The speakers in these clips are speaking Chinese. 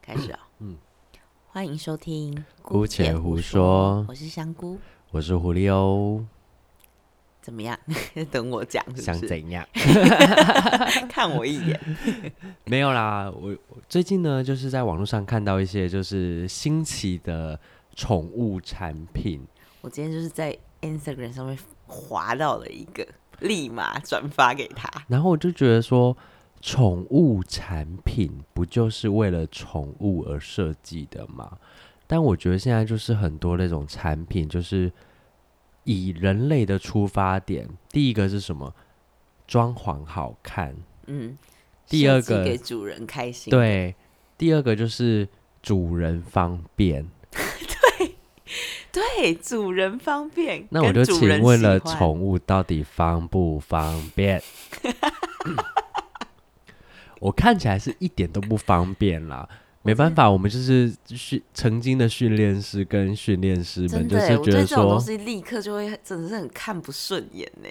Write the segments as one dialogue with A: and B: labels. A: 开始啊、
B: 嗯，
A: 欢迎收听《
B: 姑且胡说
A: 我是香菇。
B: 我是狐狸哦，
A: 怎么样？ 等我讲是
B: 想
A: 不是？
B: 怎样？
A: 看我一眼。
B: 没有啦，我我最近呢，就是在网络上看到一些就是新奇的宠物产品，
A: 我今天就是在 Instagram 上面滑到了一个，立马转发给他。
B: 然后我就觉得说，宠物产品不就是为了宠物而设计的吗？但我觉得现在就是很多那种产品，就是以人类的出发点，第一个是什么？装潢好看，
A: 嗯，
B: 第二
A: 设计
B: 个
A: 给主人开心。，
B: 对，第二个就是主人方便。
A: 对，主人方便。
B: 那我
A: 跟
B: 就
A: 主人
B: 请问了，
A: 喜欢
B: 宠物到底方不方 便？我看起来是一点都不方便啦，没办法，我们就是训曾经的训练师跟训练师们
A: 真
B: 就
A: 的
B: 是
A: 欸，我
B: 觉
A: 对
B: 得
A: 这种东
B: 说，
A: 西立刻就会真的是很看不顺眼呢，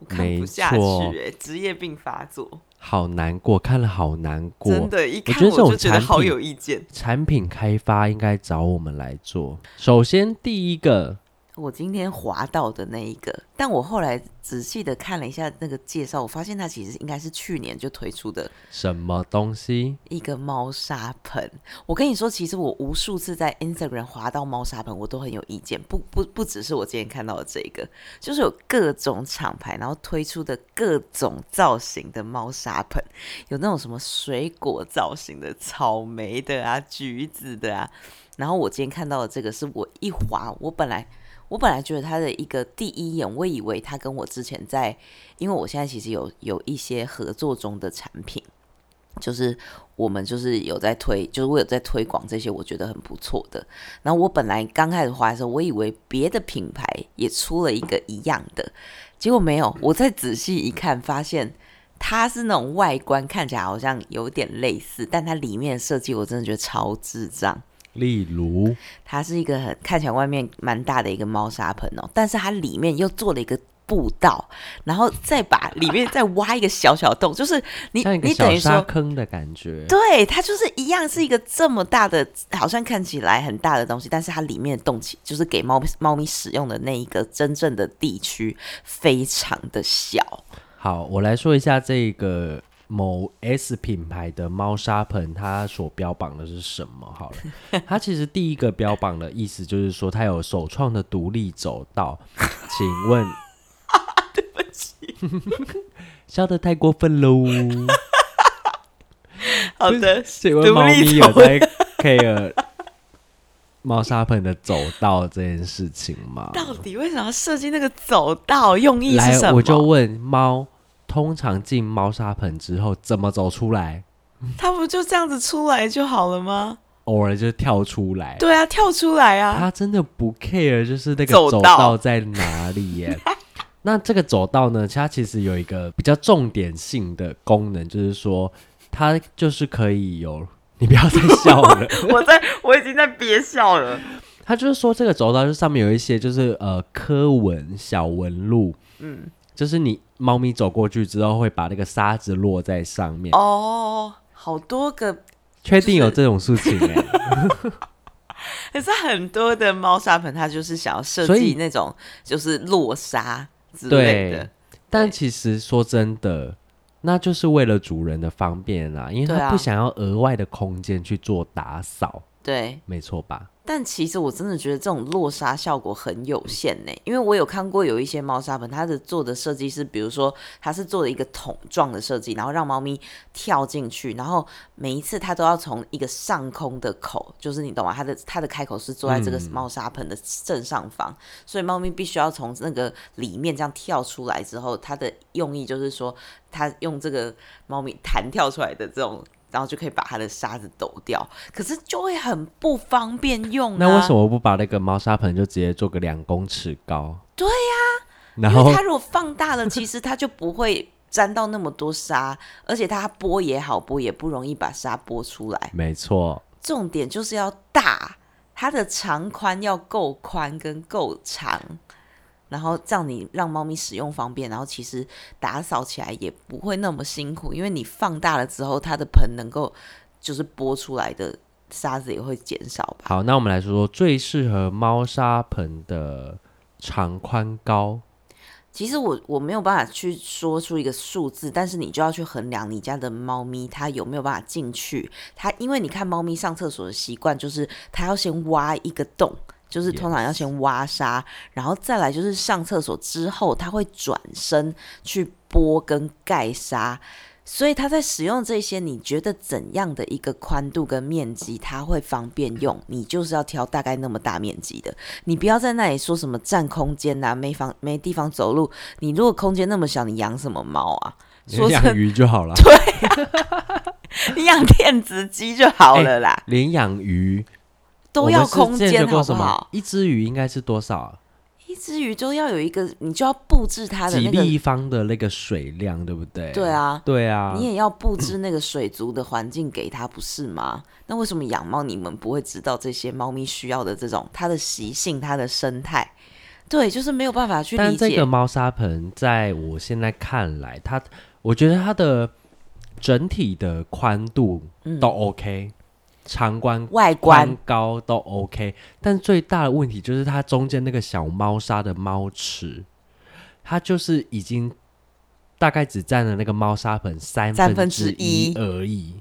A: 我看
B: 没
A: 不下去
B: 错
A: 哎，职业病发作，
B: 好难过，看了好难
A: 真
B: 过。
A: 的，一
B: 觉
A: 看
B: 得这
A: 我就
B: 种
A: 觉得
B: 产
A: 好
B: 品
A: 有意见。
B: 产品开发应该找我们来做。首先第一个，
A: 我今天滑到的那一个，但我后来仔细的看了一下那个介绍，我发现它其实应该是去年就推出的
B: 什么东西？
A: 一个猫砂盆。我跟你说，其实我无数次在 Instagram 滑到猫砂盆，我都很有意见。不不不只是我今天看到的这个，就是有各种厂牌，然后推出的各种造型的猫砂盆，有那种什么水果造型的、草莓的啊、橘子的啊。然后我今天看到的这个，是我一滑，我本来。我本来觉得它的一个第一眼，我以为它跟我之前在，因为我现在其实有有一些合作中的产品，就是我们就是有在推，就是我有在推广这些我觉得很不错的。然后我本来刚开始滑的时候，我以为别的品牌也出了一个一样的，结果没有。我再仔细一看，发现它是那种外观看起来好像有点类似，但它里面的设计我真的觉得超智障。
B: 例如，
A: 它是一个很看起来外面蛮大的一个猫砂盆哦，但是它里面又做了一个步道，然后再把里面再挖一个小小洞，就是你
B: 像一个
A: 你等
B: 小
A: 于
B: 沙
A: 说
B: 坑的感觉。
A: 对，它就是一样是一个这么大的，好像看起来很大的东西，但是它里面的动起就是给猫猫咪使用的那一个真正的地区非常的小。
B: 好，我来说一下这个某 S 品牌的猫砂盆，它所标榜的是什么？好 了，它其实第一个标榜的意思就是说，它有首创的独立走道。 请问，对不起，笑得太过 分喽。
A: 好的，
B: 请
A: 独立
B: 问猫咪有
A: 走
B: 在 care 猫砂盆的走道这件事情吗？
A: 到底为什么要设计那个走道？用意是什
B: 来，
A: 么？
B: 我就问猫，通常进猫砂盆之后怎么走出来？
A: 它不就这样子出来就好了吗？
B: 偶尔就跳出来。
A: 对啊，跳出来啊！
B: 他真的不 care，就是那个
A: 走
B: 走
A: 道
B: 道在哪里耶。 那这个走道呢，它其实有一个比较重点性的功能，就是说它就是可以有，你不要再笑 了。
A: 我在我已经在憋笑了。
B: 它就是说这个走道就是上面有一些就是呃科纹小纹路，
A: 嗯，
B: 就是你猫咪走过去之后会把那个沙子落在上面。
A: 哦，好多个
B: 确定
A: 就是
B: 有这种事情哎、
A: 可是很多的猫砂盆，它就是想要设
B: 所
A: 计
B: 以
A: 那种就是落沙之类
B: 对
A: 的。，
B: 但其实说真的，那就是为了主人的方便啦，因为
A: 对啊
B: 他不想要额外的空间去做打扫，
A: 对，
B: 没错吧？
A: 但其实我真的觉得这种落沙效果很有限呢，因为我有看过有一些猫砂盆，它的做的设计是，比如说它是做了一个桶状的设计，然后让猫咪跳进去，然后每一次它都要从一个上空的口，就是你懂吗？它的它的开口是坐在这个
B: 嗯
A: 猫砂盆的正上方，所以猫咪必须要从那个里面这样跳出来之后，它的用意就是说，它用这个猫咪弹跳出来的这种。然后就可以把它的沙子抖掉，可是就会很不方便用、啊。
B: 那为什么不把那个猫砂盆就直接做个两公尺高？
A: 对啊
B: 呀、然
A: 因为
B: 后
A: 它如果放大了，其实它就不会沾到那么多沙，而且它剥也好剥，也不容易把沙剥出来。
B: 没错，
A: 重点就是要大，它的长宽要够宽跟够长，然后这样你让猫咪使用方便，然后其实打扫起来也不会那么辛苦，因为你放大了之后，它的盆能够就是剥出来的沙子也会减少吧。
B: 好，那我们来说说最适合猫砂盆的长宽高。
A: 其实我我没有办法去说出一个数字，但是你就要去衡量你家的猫咪它有没有办法进去。它因为你看猫咪上厕所的习惯就是它要先挖一个洞，就是通常要先挖沙然后再来就是上厕所之后，它会转身去拨跟盖沙。所以它在使用这些，你觉得怎样的一个宽度跟面积它会方便用？你就是要挑大概那么大面积的，你不要在那里说什么占空间呐、啊没房没地方走路。你如果空间那么小，你养什么猫啊？
B: 你
A: 说
B: 养
A: 真
B: 鱼就 好了，
A: 你养电子鸡就好了啦，
B: 连养鱼
A: 都
B: 哎我
A: 要
B: 们是
A: 空
B: 之前
A: 间
B: 学过
A: 好不
B: 什么
A: 好？
B: 一只鱼应该是多少啊？
A: 一只鱼都要有一个，你就要布置它的
B: 几
A: 那个，
B: 立方的那个水量，对不对？
A: 对，啊。
B: 对啊。
A: 你也要布置那个水族的环境给它，不是吗？那为什么养猫你们不会知道这些猫咪需要的这种它的习性、它的生态？对，就是没有办法去
B: 但
A: 理
B: 这
A: 解
B: 个。猫砂盆，在我现在看来，它我觉得它的整体的宽度
A: 嗯
B: 都 OK，、长宽
A: 外
B: 宽
A: 观
B: 高都 OK，但最大的问题就是它中间那个小猫砂的猫池，它就是已经大概只占了那个猫砂盆三
A: 三分之
B: 之
A: 一
B: 而 已。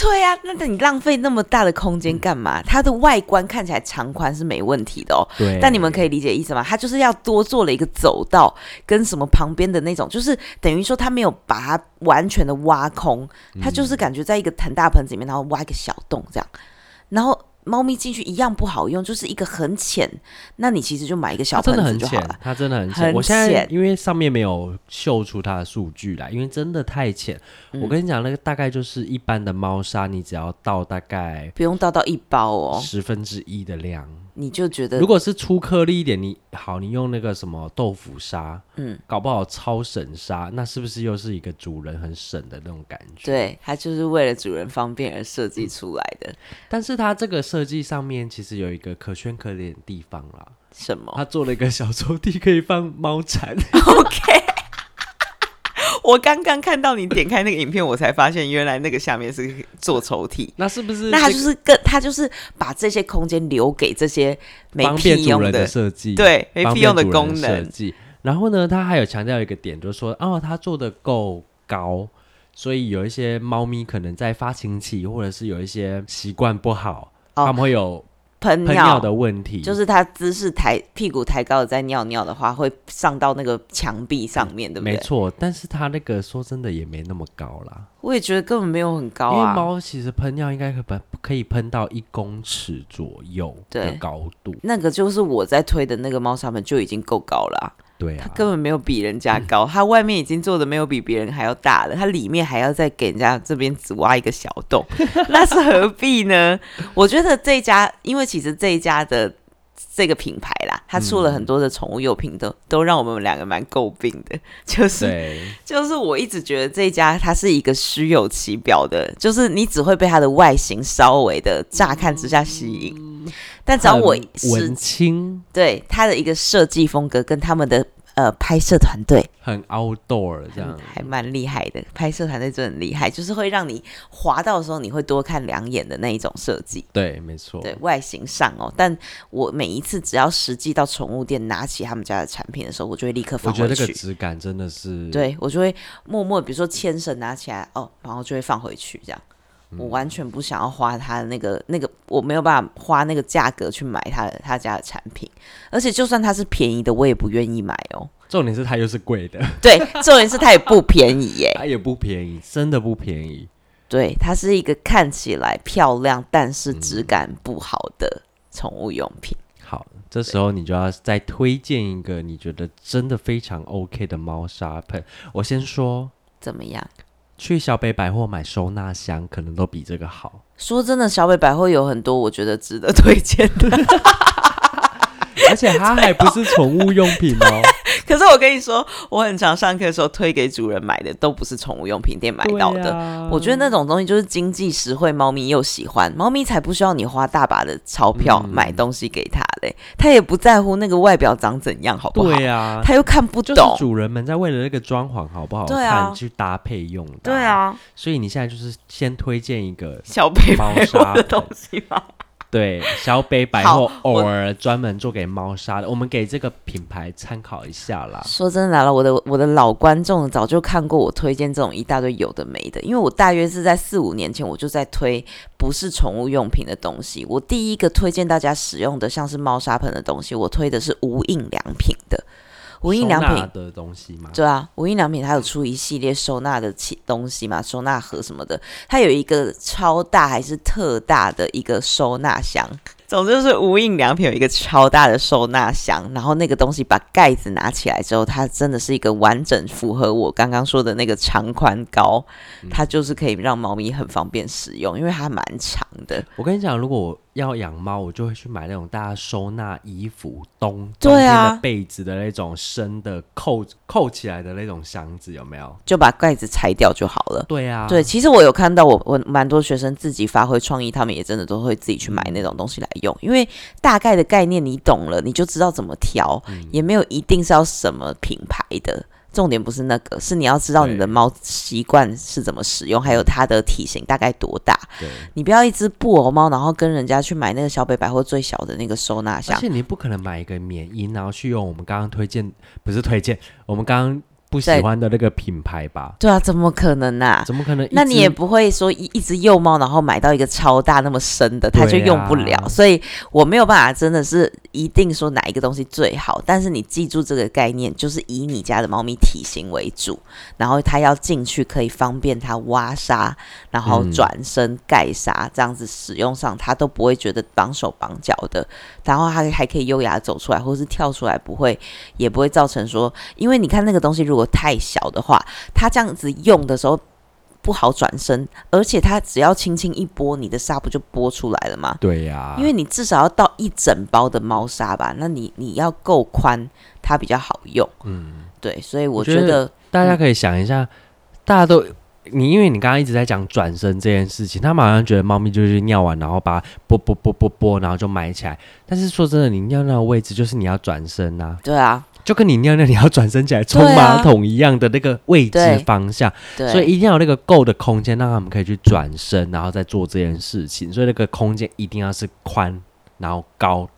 A: 对啊，那你浪费那么大的空间干嘛？它的外观看起来长宽是没问题的哦，
B: 嗯对，
A: 但你们可以理解意思吗？它就是要多做了一个走道，跟什么旁边的那种，就是等于说它没有把它完全的挖空，
B: 嗯
A: 它就是感觉在一个很大盆子里面，然后挖一个小洞这样，然后猫咪进去一样不好用，就是一个很浅，那你其实就买一个小
B: 它
A: 盆
B: 真的
A: 子就
B: 很
A: 好了
B: 浅。，它真的很
A: 很
B: 浅。我现在
A: 浅
B: 因为上面没有秀出它的数据来，因为真的太浅。
A: 嗯
B: 我跟你讲，那个大概就是一般的猫砂，你只要倒大概
A: 不用倒到一包哦，
B: 十分之一的量。
A: 你就觉得
B: 如果是粗颗粒一点，你好，你用那个什么豆腐砂，
A: 嗯
B: 嗯，搞不好超省砂，那是不是又是一个主人很省的那种感觉？
A: 对，它就是为了主人方便而设计出来的。
B: 但是它这个设计上面其实有一个可圈可点的地方啦，
A: 什么？
B: 它做了一个小抽屉可以放 猫铲，
A: OK，我刚刚看到你点开那个影片，我才发现原来那个下面是做抽屉。
B: 那是不是、
A: 那他就是更，他就是把这些空间留给这些没
B: 方便
A: 屁
B: 主
A: 用
B: 人
A: 的，
B: 的设计，
A: 对没
B: 方
A: 屁
B: 便
A: 用的
B: 主人
A: 功能
B: 设计。然后呢，他还有强调一个点，就是说，哦，他做的够高，所以有一些猫咪可能在发情期，或者是有一些习惯不好，
A: 哦
B: 它们会有
A: 喷
B: 喷尿的问题，
A: 就是他姿势抬屁股抬高了再尿尿的话，会上到那个墙壁上面，对不
B: 没
A: 对？
B: 错。但是它那个说真的也没那么高啦，
A: 我也觉得根本没有很高
B: 因为
A: 啊。
B: 猫其实喷尿应该可以喷可以喷到一公尺左右的
A: 对
B: 高度，
A: 那个就是我在推的那个猫砂盆就已经够高了啊、
B: 对啊
A: 它，根本没有比人家 高，它外面已经做的没有比别人还要大了，它里面还要再给人家这边只挖一个小 洞，那是何必呢？我觉得这一家，因为其实这一家的这个品牌啦，它出了很多的宠物用品都，都、让我们两个蛮诟病的，就是
B: 对。
A: 就是我一直觉得这一家它是一个虚有其表的，就是你只会被它的外形稍微的乍看之下吸引，但只要我
B: 很
A: 实
B: 文青，
A: 对它的一个设计风格跟他们的呃拍摄团队
B: 很 outdoor 这样，
A: 还蛮厉害的，拍摄团队真的很厉害，就是会让你滑到的时候你会多看两眼的那一种设计。
B: 对，没错，
A: 对外形上哦，但我每一次只要实际到宠物店拿起他们家的产品的时候，我就会立刻
B: 我
A: 放
B: 觉得
A: 回
B: 那个
A: 去。
B: 质感真的是，
A: 对我就会默默，比如说牵绳拿起来哦，然后就会放回去这样。
B: 嗯
A: 我完全不想要花他的那个那个，我没有办法花那个价格去买他的他家的产品，而且就算它是便宜的，我也不愿意买哦。
B: 重点是它又是贵的，
A: 对，重点是它也不便宜耶。
B: 它也不便宜，真的不便宜。
A: 对，它是一个看起来漂亮，但是质感不好的宠物用品。
B: 好，这时候你就要再推荐一个你觉得真的非常 OK 的猫砂盆。我先说，
A: 怎么样？
B: 去小北百货买收纳箱，可能都比这个好。
A: 说真的，小北百货有很多我觉得值得推荐的，
B: 而且它还不是宠物用品哦，
A: 可是我跟你说，我很常上课的时候推给主人买的都不是宠物用品店买到
B: 对
A: 的。
B: 啊
A: 我觉得那种东西就是经济实惠，猫咪又喜欢，猫咪才不需要你花大把的钞票
B: 嗯
A: 买东西给它嘞，它也不在乎那个外表长怎样，好不好？
B: 对啊，
A: 它又看不
B: 就是
A: 懂。
B: 主人们在为了那个装潢好不好
A: 对啊
B: 看去搭配用的、
A: 对，啊，
B: 所以你现在就是先推荐一个
A: 小贝
B: 猫
A: 贝
B: 砂
A: 我的
B: 盆
A: 东西吗？
B: 对小北百货
A: 我
B: 偶尔专门做给猫砂的，我们给这个品牌参考一下啦。
A: 说真的啦，我的我的老观众早就看过我推荐这种一大堆有的没的，因为我大约是在四五年前我就在推不是宠物用品的东西。我第一个推荐大家使用的像是猫砂盆的东西，我推的是无印良品的。无印良
B: 收纳
A: 品
B: 的东西吗？
A: 对啊，无印良品它有出一系列收纳的器东西嘛，收纳盒什么的，它有一个超大还是特大的一个收纳箱。总之就是无印良品有一个超大的收纳箱，然后那个东西把盖子拿起来之后，它真的是一个完整符合我刚刚说的那个长宽高，它就是可以让猫咪很方便使用，因为它蛮长的。
B: 我跟你讲，如果我要养猫，我就会去买那种大家收纳衣服冬
A: 对
B: 冬天
A: 啊
B: 的被子的那种深的扣扣起来的那种箱子，有没有？
A: 就把盖子拆掉就好了。
B: 对啊，
A: 对，其实我有看到我我蛮多学生自己发挥创意，他们也真的都会自己去买那种东西来用，因为大概的概念你懂了，你就知道怎么调，
B: 嗯
A: 也没有一定是要什么品牌的。重点不是那个，是你要知道你的
B: 对
A: 猫习惯是怎么使用，还有它的体型大概多大。
B: 对。
A: 你不要一只布偶猫，然后跟人家去买那个小北百货最小的那个收纳
B: 而
A: 箱。
B: 且你不可能买一个缅因，然后去用我们刚刚推荐，不是推荐，我们刚刚不喜
A: 对
B: 欢的那个品牌吧？
A: 对啊，怎么可能啊？
B: 怎么可能一只？
A: 那你也不会说一一只幼猫，然后买到一个超大那么深的，它就
B: 对啊
A: 用不了，所以我没有办法，真的是一定说哪一个东西最好。但是你记住这个概念，就是以你家的猫咪体型为主，然后它要进去可以方便它挖沙，然后
B: 嗯
A: 转身盖沙，这样子使用上它都不会觉得绑手绑脚的，然后它还可以优雅地走出来，或是跳出来，不会也不会造成说，因为你看那个东西如果太小的话，它这样子用的时候不好转身，而且它只要轻轻一拨，你的沙不就拨出来了吗？
B: 对呀、
A: 因为你至少要到一整包的猫砂吧，那你你要够宽，它比较好用。
B: 嗯，
A: 对，所以我
B: 我
A: 觉
B: 觉
A: 得
B: 得大
A: 嗯
B: 家可以想一下，大家都你因为你刚刚一直在讲转身这件事情，他们好像觉得猫咪就是尿完然后把它啵啵啵啵啵，然后就埋起来。但是说真的，你尿尿的位置就是你要转身啊，
A: 对啊，
B: 就跟你尿尿你要转身起来冲
A: 对啊
B: 马桶一样的那个位置
A: 对
B: 方向，
A: 对，
B: 所以一定要有那个够的空间，让他们可以去转身，然后再做这件事情。所以那个空间一定要是宽，然后高、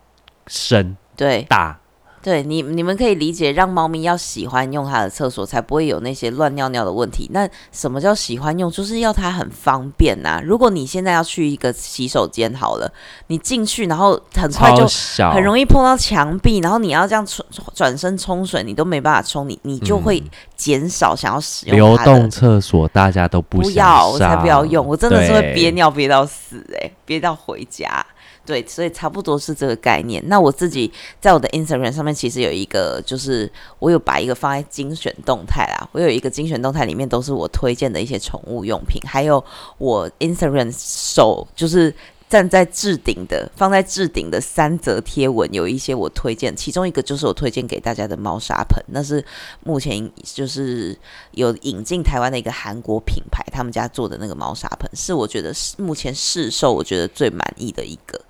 B: 深、
A: 对
B: 大。
A: 对你你们可以理解，让猫咪要喜欢用它的厕所，才不会有那些乱尿尿的问题。那什么叫喜欢用？就是要它很方便呐、如果你现在要去一个洗手间好了，你进去然后很快就
B: 超小，
A: 很容
B: 易
A: 易碰到墙壁，然后你要这样冲转身冲水，你都没办法冲，你你就会减少想要使用
B: 嗯流
A: 它的。
B: 动厕所，大家都不
A: 不
B: 想
A: 要，我才
B: 上
A: 不要用，我真的是会
B: 对
A: 憋尿憋到死、欸，憋到回家。对，所以差不多是这个概念。那我自己在我的 Instagram 上面，其实有一个，就是我有把一个放在精选动态啦。我有一个精选动态，里面都是我推荐的一些宠物用品，还有我 Instagram 手就是站在置顶的，放在置顶的三则贴文，有一些我推荐，其中一个就是我推荐给大家的猫砂盆，那是目前就是有引进台湾的一个韩国品牌，他们家做的那个猫砂盆，是我觉得是目前市售我觉得最满意的一个。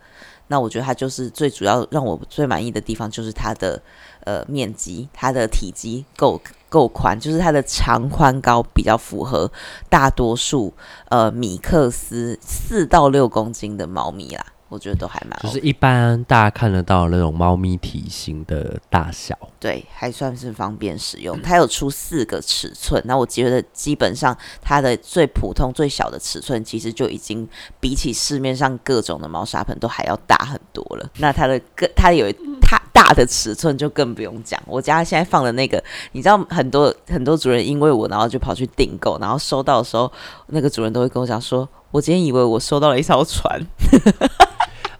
A: 那我觉得它就是最主要让我最满意的地方，就是它的呃面积，它的体积够够宽，就是它的长宽高比较符合大多数呃米克斯四到六公斤的猫咪啦，我觉得都还蛮 OK
B: 就是一般大家看得到那种猫咪体型的大小，
A: 对，还算是方便使
B: 嗯
A: 用。它有出四个尺寸，那我觉得基本上它的最普通、最小的尺寸，其实就已经比起市面上各种的猫砂盆都还要大很多了。那它的更，它有
B: 嗯
A: 它大的尺寸就更不用讲。我家现在放的那个，你知道很多很多主人因为我，然后就跑去订购，然后收到的时候，那个主人都会跟我讲说。我今天以为我收到了一艘船，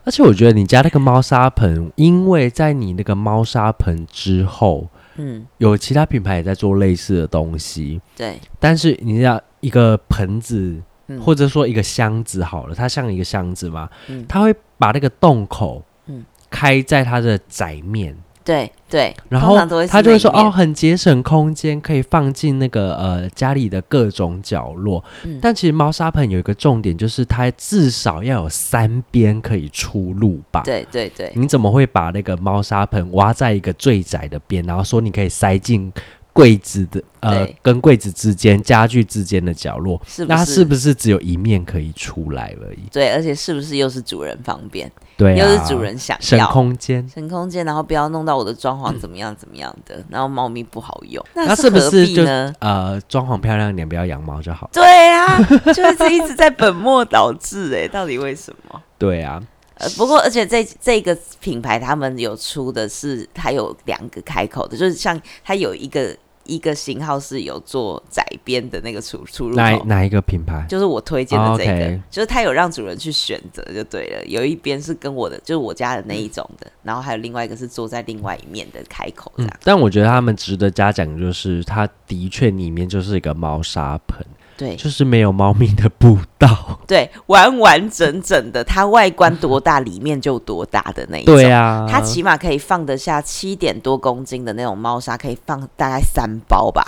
B: 而且我觉得你家那个猫砂盆，因为在你那个猫砂盆之后，
A: 嗯，
B: 有其他品牌也在做类似的东西，
A: 对，
B: 但是你要一个盆子
A: 嗯，
B: 或者说一个箱子好了，它像一个箱子嘛
A: 嗯，
B: 它会把那个洞口
A: 嗯
B: 开在它的窄面，
A: 对对，
B: 然
A: 通
B: 后
A: 常都会
B: 他
A: 是
B: 就会
A: 每
B: 说
A: 面
B: 哦，，很节省空间，可以放进那个呃家里的各种角落。
A: 嗯
B: 但其实猫砂盆有一个重点，就是它至少要有三边可以出入吧。
A: 对对对，
B: 你怎么会把那个猫砂盆挖在一个最窄的边，然后说你可以塞进柜子的呃
A: 对
B: 跟柜子之间、家具之间的角落？
A: 是
B: 那它
A: 不
B: 是不是只有一面可以出来而已？
A: 对，而且是不是又是主人方便，
B: 对、啊，
A: 又是主人想
B: 省
A: 要
B: 空间。
A: 省空间，然后不要弄到我的装潢怎么样怎么样的，然后猫咪不好用，
B: 那
A: 是
B: 是不
A: 何
B: 是
A: 必
B: 就
A: 呢？
B: 呃，装潢漂亮一点，不要养猫就好。
A: 对啊，就是一直在本末倒置哎、到底为什 么？
B: 对啊，
A: 呃，不过而且这这个品牌他们有出的是，它有两个开口的，就是像它有一个一个型号是有做窄边的那个出出入
B: 哪
A: 口，
B: 哪一个品牌？
A: 就是我推荐
B: 哦
A: 的这个，
B: ，OK
A: 就是它有让主人去选择就对了。有一边是跟我的，就是我家的那一种的，然后还有另外一个是坐在另外一面的开口这
B: 嗯
A: 样。，
B: 但我觉得他们值得嘉奖，就是它的确里面就是一个猫砂盆，
A: 对
B: 就是没有猫咪的步 道。
A: 对，完完整整的，它外观多大，里面就多大的那一种。
B: 对啊，
A: 它起码可以放得下七点多公斤的那种猫砂，可以放大概三包吧，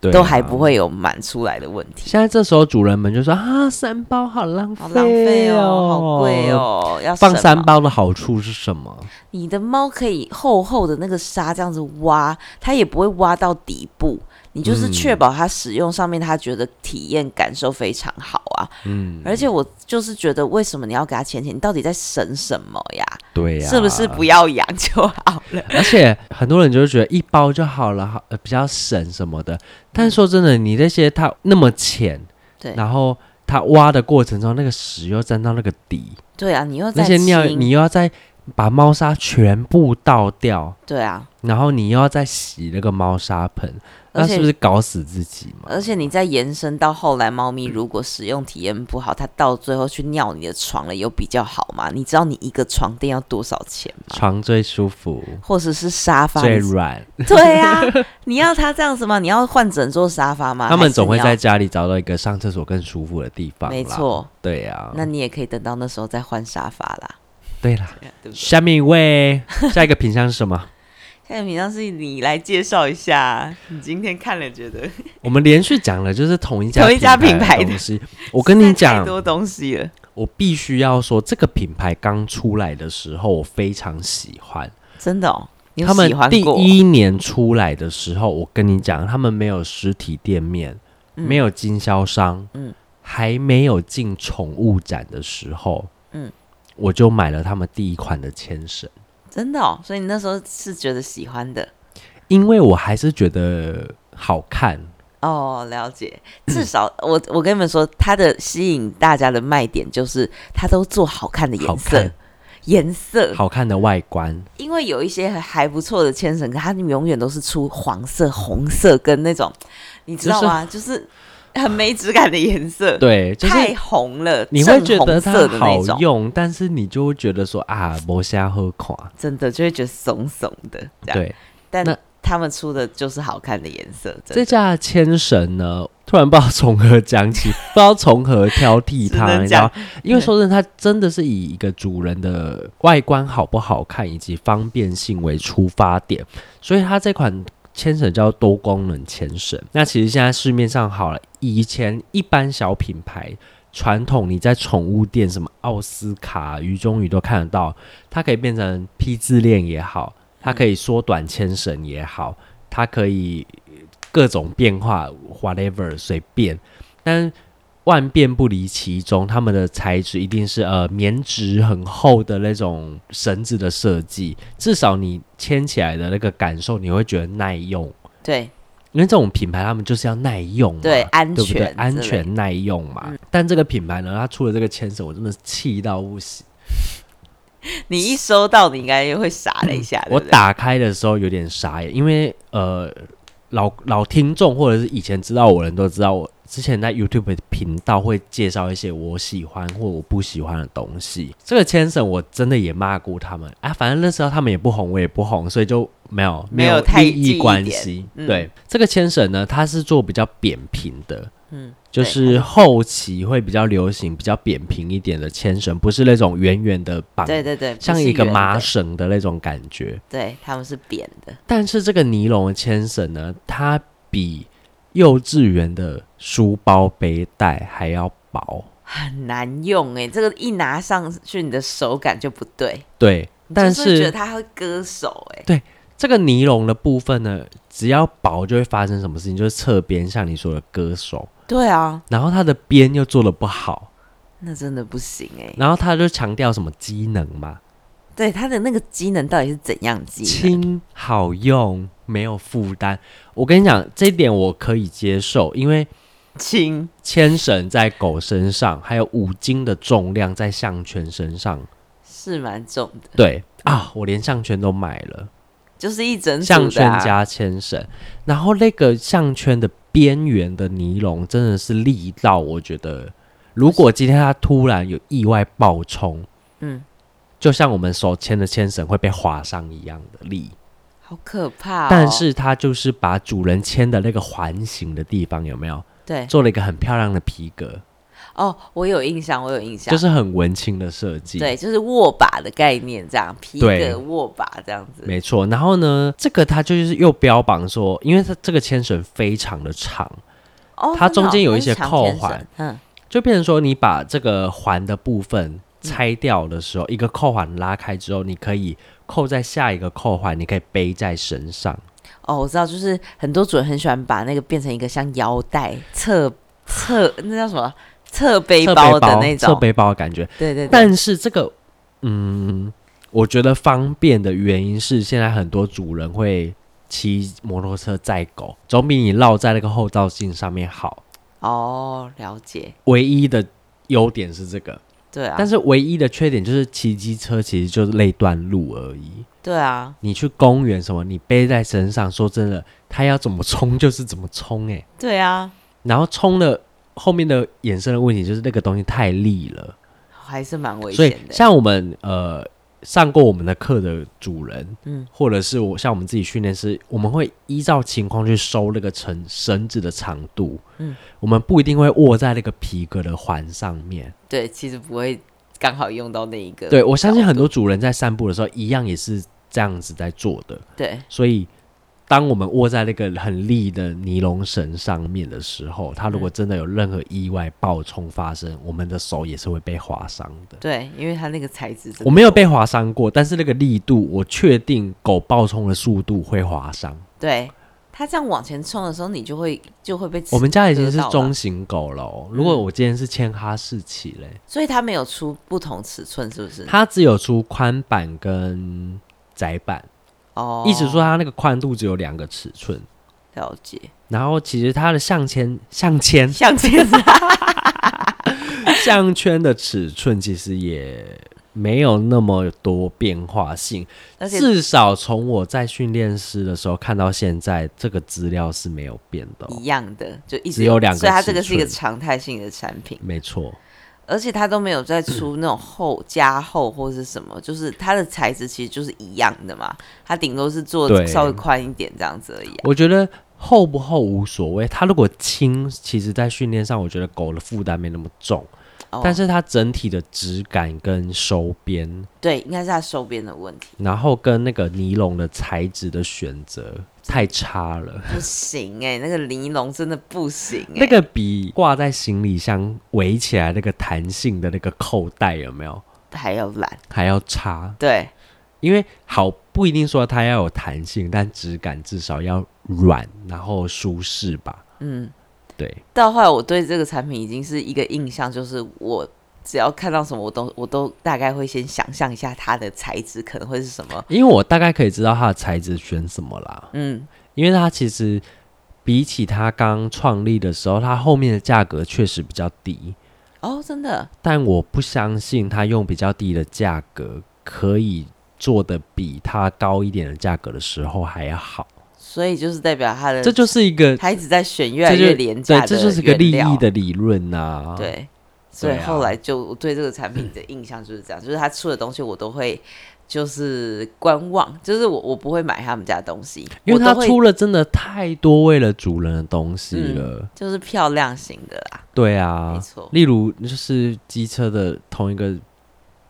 B: 对啊
A: 都还不。会有满出来的问题。
B: 现在这时候主人们就说啊，三包好浪费、
A: 好浪费哦，好贵。哦，要
B: 放
A: 省
B: 三
A: 嘛。
B: 包的好处是什么？
A: 你的猫可以厚厚的那个沙这样子挖，它也不会挖到底部。你就是
B: 嗯
A: 确保它使用上面，它觉得体验感受非常好啊。
B: 嗯，
A: 而且我就是觉得，为什么你要给它钱钱？你到底在省什么呀？
B: 对哎呀、
A: 是不是 不要养就 好了？
B: 而且很多人就会觉得一包就好了，好、呃、比较省什么的。但是说真的，你那些它那么浅，
A: 对
B: 然后它挖的过程中，那个屎又沾到那个底，
A: 对啊，你又
B: 那
A: 在
B: 些尿
A: 清
B: 你又要再把猫砂全部倒掉，
A: 对啊，
B: 然后你又要再洗那个猫砂盆，
A: 而
B: 那
A: 且
B: 是不是搞死自己嘛？
A: 而且你再延伸到后来，猫咪如果使用体验不好，它到最后去尿你的床了，有比较好吗？你知道你一个床垫要多少钱吗？
B: 床最舒服，
A: 或者是沙发？
B: 最
A: 你
B: 软，
A: 对啊，你要它这样子吗？你要换整座沙发吗？
B: 他
A: 还
B: 们
A: 是
B: 总会
A: 你
B: 在
A: 要
B: 家里找到一个上厕所更舒服的地方。
A: 没，错，
B: 对呀、
A: 那你也可以等到那时候再换沙发啦，
B: 对啦。
A: 对不对？
B: 下面一位，下一个品相是什么？
A: 现在平常是你来介绍一下，你今天看了觉得
B: 我们连续讲了，就是同一家
A: 同一家品牌
B: 的
A: 的
B: 东西。我跟你
A: 实在 太
B: 讲，
A: 多东西了，
B: 我必须要说，这个品牌刚出来的时候，我非常喜欢。
A: 真的哦，你有
B: 他们
A: 喜欢
B: 第
A: 过
B: 一年出来的时候，我跟你讲，他们没有实体店面，
A: 嗯
B: 没有经销商，
A: 嗯
B: 还没有进宠物展的时候，
A: 嗯
B: 我就买了他们第一款的牵绳，
A: 真的哦，所以你那时候是觉得喜欢的。
B: 因为我还是觉得好看。
A: 哦，了 解。至少我我跟你们说，它的吸引大家的卖点就是它都做好看的
B: 好
A: 颜色呃
B: 看，，
A: 颜色。
B: 好看的外观，
A: 因为有一些还不错的牵绳，可它永远都是出黄色、红色跟那种，你知
B: 就
A: 道
B: 是
A: 吗？就是很没质感的颜色，
B: 对，就是
A: 呃太红了，
B: 你会
A: 正
B: 觉得
A: 红
B: 它
A: 色的那
B: 好
A: 种，
B: 用，但是你就会觉得说啊，磨瞎喝垮。
A: 真的就会觉得怂怂的这样。
B: 对，
A: 但
B: 那
A: 他们出的就是好看的颜色，真
B: 这
A: 的
B: 架牵绳呢，突然不知道从何讲起，不知道从何挑剔
A: 只
B: 它，
A: 能
B: 你知道
A: 讲？
B: 因为说真的，它真的是以一个主人的外观好不好看以及方便性为出发点，所以它这款。牵绳叫多功能牵绳，那其实现在市面上好了，以前一般小品牌传统你在宠物店什么奥斯卡、鱼中鱼都看得到，它可以变成 P 字链也好，
A: 嗯
B: 它可以缩短牵绳也好，它可以各种变化，whatever 随便，但万变不离其宗，他们的材质一定是呃棉质很厚的那种绳子的设计，至少你牵起来的那个感受，你会觉得耐用，
A: 对
B: 因为这种品牌他们就是要耐用嘛，
A: 对，安
B: 对不对？
A: 全
B: 安
A: 之类的嗯
B: 全耐用嘛。但这个品牌呢，它出了这个牵手，我真的气到不行。
A: 你一收到，你应该会傻了一下。对
B: 我
A: 不对
B: 打开的时候有点傻眼，因为呃，老老听众或者是以前知道我的人都知道，我之前在 YouTube 频道会介绍一些我喜欢或我不喜欢的东西。这个牵绳我真的也骂过他们啊，反正那时候他们也不红，我也不红，所以就没有
A: 没有
B: 有
A: 太
B: 利
A: 记忆
B: 益关
A: 点
B: 系。
A: 嗯
B: 对，这个牵绳呢，它是做比较扁平的，
A: 嗯
B: 嗯，就
A: 对它
B: 是
A: 是
B: 后期会比较流行比较扁平一点的牵绳，不是那种圆圆的绑，
A: 对对对，不
B: 像
A: 是
B: 一个
A: 圆
B: 麻
A: 的，
B: 绳的那种感觉。
A: 对，他们是扁的，
B: 但是这个尼龙的牵绳呢，它比幼稚园的书包背带还要薄。
A: 很难用哎、这个一拿上去，你的手感就不对，
B: 对，
A: 你
B: 但
A: 就是会觉得
B: 是
A: 它会割手哎、
B: 这个尼龙的部分呢，只要薄就会发生什么事情，就是侧边像你说的割手，
A: 对啊，
B: 然后它的边又做的不好，
A: 那真的不行哎、
B: 然后它就强调什么机能嘛，
A: 对它的那个机能到底是怎样机能？
B: 轻好用，没有负担。我跟你讲，这一点我可以接受，因为
A: 轻
B: 牵绳在狗身上，还有五斤的重量在项圈身上。
A: 是蛮重的，
B: 对啊，我连项圈都买了，
A: 就是一整
B: 项
A: 组的、
B: 圈
A: 啊、
B: 加牵绳，然后那个项圈的边缘的尼龙真的是力道，我觉得如果今天它突然有意外爆冲，
A: 嗯，
B: 就像我们手牵的牵绳会被划伤一样的力，
A: 好可怕、哦。
B: 但是它就是把主人牵的那个环形的地方有没有
A: 对
B: 做了一个很漂亮的皮革，
A: 哦，我有印象，我有印象，
B: 就是很文青的设计，
A: 对，就是握把的概念，这样皮
B: 对
A: 革握把这样子，
B: 没错，然后呢，这个它就是又标榜说，因为它这个牵绳非常的长，
A: 哦，
B: 它
A: 真的
B: 中
A: 哦
B: 间有
A: 那
B: 一
A: 是
B: 些
A: 长
B: 扣
A: 天
B: 环
A: 绳，嗯，
B: 就变成说你把这个环的部分
A: 嗯
B: 拆掉的时候，一个扣环拉开之后，你可以扣在下一个扣环，你可以背在身上，
A: 哦，我知道，就是很多主人很喜欢把那个变成一个像腰带、侧侧那叫什么侧背
B: 侧
A: 包
B: 包
A: 的那
B: 侧
A: 种，
B: 背包的感觉。
A: 对对对，
B: 但是这个，嗯，我觉得方便的原因是，现在很多主人会骑摩托车载狗，总比你绕在那个后照镜上面好。
A: 哦，了解，
B: 唯一的优点是这个，
A: 对啊，
B: 但是唯一的缺点就是骑机车其实就是那段路而已。
A: 对啊，
B: 你去公园什么，你背在身上，说真的，它要怎么冲就是怎么冲诶、
A: 对啊，
B: 然后冲了后面的衍生的问题就是那个东西太利了，
A: 还是蛮危
B: 所以
A: 险的，
B: 像我们呃上过我们的课的主人，
A: 嗯
B: 或者是我像我们自己训练师，我们会依照情况去收那个绳绳子的长度，
A: 嗯
B: 我们不一定会握在那个皮革的环上面。
A: 对，其实不会刚好用到那一个，
B: 对我相信很多主人在散步的时候一样也是这样子在做的，
A: 对，
B: 所以，当我们握在那个很利的尼龙绳上面的时候，它如果真的有任何意外爆冲发生，我们的手也是会被划伤的。
A: 对，因为它那个材质真的，
B: 我没有被划伤过，但是那个力度，我确定狗爆冲的速度会划伤。
A: 对它这样往前冲的时候，你就会就会被
B: 我们家已经是
A: 割到
B: 中
A: 了
B: 型狗了哦、如果我今天是牵哈士奇嘞，
A: 所以它没有出不同尺寸，是不是？
B: 它只有出宽版跟窄版，
A: 哦，
B: 意思说它那个宽度只有两个尺寸。
A: 了解，
B: 然后其实它的项圈、项圈、
A: 像这样子，
B: 项圈的尺寸其实也没有那么多变化性，
A: 而且
B: 至少从我在训练师的时候看到现在，这个资料是没有变的哦、
A: 一样的，就一直
B: 只有两个
A: 所以它
B: 尺
A: 这个是一个
B: 寸
A: 常态性的产品，
B: 没错，
A: 而且它都没有再
B: 嗯
A: 出那种厚加厚或是什么，就是它的材质其实就是一样的嘛，它顶多是做
B: 对
A: 稍微宽一点这样子而已啊、
B: 我觉得厚不厚无所谓，它如果轻，其实在训练上我觉得狗的负担没那么重，
A: 哦
B: 但是它整体的质感跟收边，
A: 对，应该是它收边的问题，
B: 然后跟那个尼龙的材质的选择太差了。
A: 不行 哎、那个尼龙真的不行哎、
B: 那个比挂在行李箱围起来那个弹性的那个扣带有没有
A: 还要懒，
B: 还要差？
A: 对
B: 因为好不一定说它要有弹性，但质感至少要软，然后舒适吧。
A: 嗯。
B: 对，
A: 到后来，我对这个产品已经是一个印象，就是我只要看到什么，我都我都大概会先想象一下它的材质可能会是什么。
B: 因为我大概可以知道它的材质选什么啦，
A: 嗯，
B: 因为它其实比起它刚创立的时候，它后面的价格确实比较低，
A: 哦，真的，
B: 但我不相信它用比较低的价格可以做的比它高一点的价格的时候还要好。
A: 所以就是代表它的，
B: 这就是一个
A: 它一直在选越来
B: 这就
A: 越廉价
B: 对，
A: 的
B: 这就是个利
A: 原料
B: 益的理论呐、啊
A: 对。所以
B: 对啊
A: 后来就我对这个产品 的印象就是这样，就是他出的东西我都会就是观望，就是我我不会买他们家的东西，
B: 因为
A: 我
B: 它
A: 都会
B: 出了真的太多为了主人的东西了。
A: 就是漂亮型的啦，
B: 对
A: 没
B: 啊，
A: 错，
B: 例如就是机车的同一个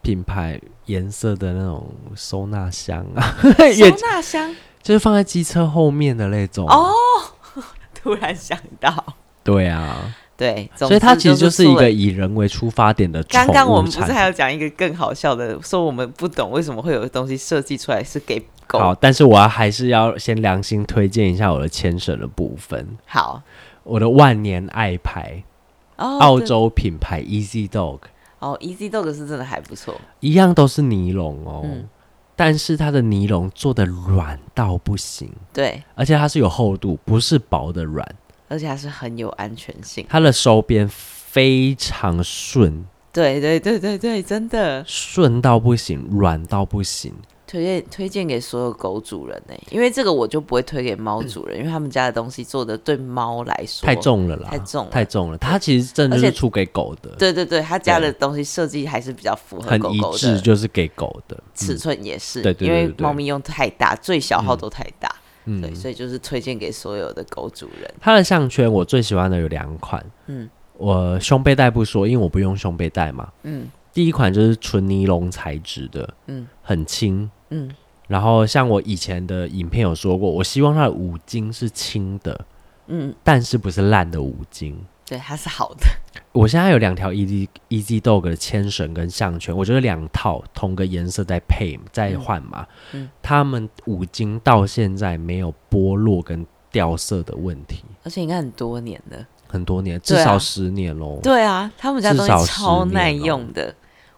B: 品牌颜色的那种收纳箱啊，
A: 收
B: 也
A: 纳箱
B: 就是放在机车后面的那种。
A: 哦，突然想到，
B: 对啊，
A: 对，总
B: 所以它
A: 之
B: 其实就是一
A: 出了
B: 个以人为出发点的
A: 刚
B: 宠
A: 刚
B: 物
A: 我们不
B: 产
A: 是
B: 品
A: 还有讲一个更好笑的，说我们不懂为什么会有东西设计出来是给狗。
B: 好，但是我要还是要先良心推荐一下我的牵绳的部分，
A: 好
B: 我的万年爱牌，
A: 哦，
B: 澳
A: 对
B: 洲品牌 Easy Dog，
A: 哦，Easy Dog 是真的还不错，
B: 一样都是尼龙哦，
A: 嗯
B: 但是它的尼龙做的软到不行，
A: 对，
B: 而且它是有厚度，不是薄的软，
A: 而且它是很有安全性。
B: 它的收边非常顺，
A: 对对对对对，真的
B: 顺到不行，软到不行。
A: 推荐推荐给所有狗主人呢、因为这个我就不会推给猫主人，因为他们家的东西做的对猫来说
B: 嗯太。重了啦，啊
A: 太重了
B: 太重了。它其实真的就
A: 而
B: 是
A: 且
B: 出给狗的，
A: 对对对，他家的东西设计还是比较符合
B: 很
A: 狗
B: 一
A: 狗
B: 致，
A: 的
B: 就是给狗的。嗯
A: 尺寸，也是、
B: 对对对
A: 因为
B: 对对
A: 猫咪用太大，最小号都太大，
B: 嗯
A: 对，所以就是推荐给所有的狗主人。
B: 它的项圈我最喜欢的有两款，
A: 嗯
B: 嗯，我胸背带不说，因为我不用胸背带嘛。
A: 嗯
B: 第一款就是纯尼龙材质的，
A: 嗯
B: 嗯，很轻。
A: 嗯，
B: 然后像我以前的影片有说过，我希望它的五金是轻的，
A: 嗯，
B: 但是不是烂的五金。
A: 对，它是好的。
B: 我现在有两条 E Easy Easy Dog 的牵绳跟项圈，我觉得两套同个颜色再配再换嘛，
A: 嗯嗯
B: 他们五金到现在没有剥落跟掉色的问题，
A: 而且应该很多年了。
B: 很多年，至
A: 对啊
B: 少十年喽。
A: 对啊，他们家东
B: 至少
A: 西
B: 10
A: 超耐
B: 年哦
A: 用的。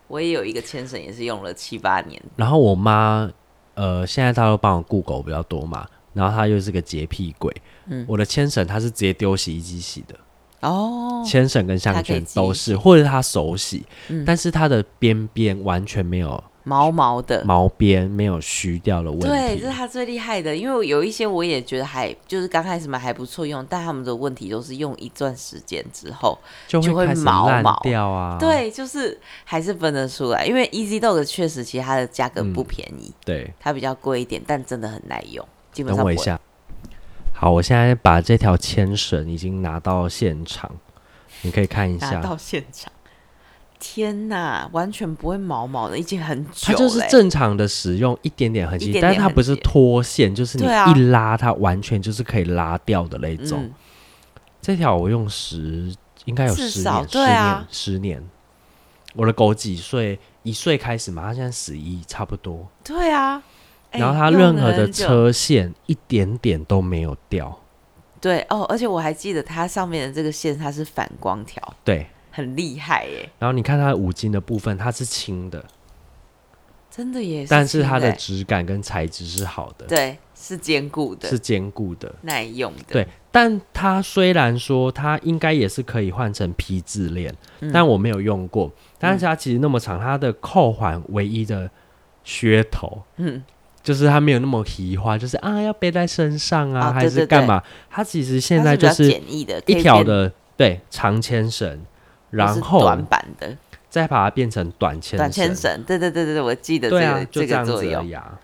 A: 我也有一个牵绳，也是用了七八年。
B: 然后我妈，呃，现在她都帮我雇狗比较多嘛，然后她又是个洁癖鬼，
A: 嗯
B: 我的牵绳她是直接丢洗衣机洗的，
A: 哦，
B: 牵绳跟项
A: 它可以
B: 圈
A: 自己
B: 都是，或者她手洗，
A: 嗯
B: 但是它的边边完全没有
A: 毛毛的，
B: 毛边，没有虚掉的问题。
A: 对，这是他最厉害的。因为有一些我也觉得还就是刚开始买还不错用，但他们的问题都是用一段时间之后，
B: 就
A: 就会
B: 会开始
A: 毛
B: 烂
A: 毛
B: 掉啊。
A: 对，就是还是分得出来。因为 Easy Dog 确实其实它的价格不
B: 嗯
A: 便宜，
B: 对，
A: 它比较贵一点，但真的很耐用，基本
B: 等
A: 上不会
B: 我一下。好，我现在把这条牵绳已经拿到现场，你可以看一
A: 拿
B: 下，
A: 啊到现场。天呐，完全不会毛毛的，已经很久
B: 它
A: 了欸、
B: 就是正常的使用一点点痕
A: 一
B: 迹，
A: 点
B: 但
A: 点
B: 是它
A: 痕
B: 不是
A: 迹
B: 脱线，就是你
A: 对啊
B: 一拉它完全就是可以拉掉的那种。
A: 嗯
B: 这条我用十，应该有
A: 至
B: 十
A: 少
B: 年，十
A: 对啊
B: 年，十年。我的狗几岁？一岁开始嘛，它现在十一，差不多。
A: 对啊，哎
B: 然后它
A: 用
B: 任
A: 了
B: 何的
A: 很久
B: 车线一点点都没有掉，
A: 对哦，而且我还记得它上面的这个线它是反光条，
B: 对。
A: 很厉害耶，
B: 然后你看它的五金的部分，它是轻的，
A: 真的耶。
B: 但是
A: 轻
B: 它的
A: 耶
B: 质感跟材质是好的，
A: 对是坚固的，
B: 是坚固的。
A: 耐用的，
B: 对，但它虽然说它应该也是可以换成皮质链，
A: 嗯
B: 但我没有用过。但是它其实那么长，它的扣环唯一的噱头，
A: 嗯
B: 嗯，就是它没有那么奇花，就是啊要背在身上啊，
A: 哦
B: 还
A: 对
B: 是
A: 对
B: 干
A: 对
B: 嘛？它其实
A: 它
B: 现在就
A: 比
B: 是
A: 较简易的，可以
B: 一条
A: 变，
B: 的对长牵绳，
A: 或
B: 然
A: 是
B: 后
A: 短版的
B: 再把它变成短牵
A: 短牵
B: 绳。
A: 绳，对对对对对，我记得这
B: 对
A: 个、
B: 啊，
A: 这
B: 就这
A: 个
B: 样
A: 作
B: 子而已
A: 用。
B: 啊，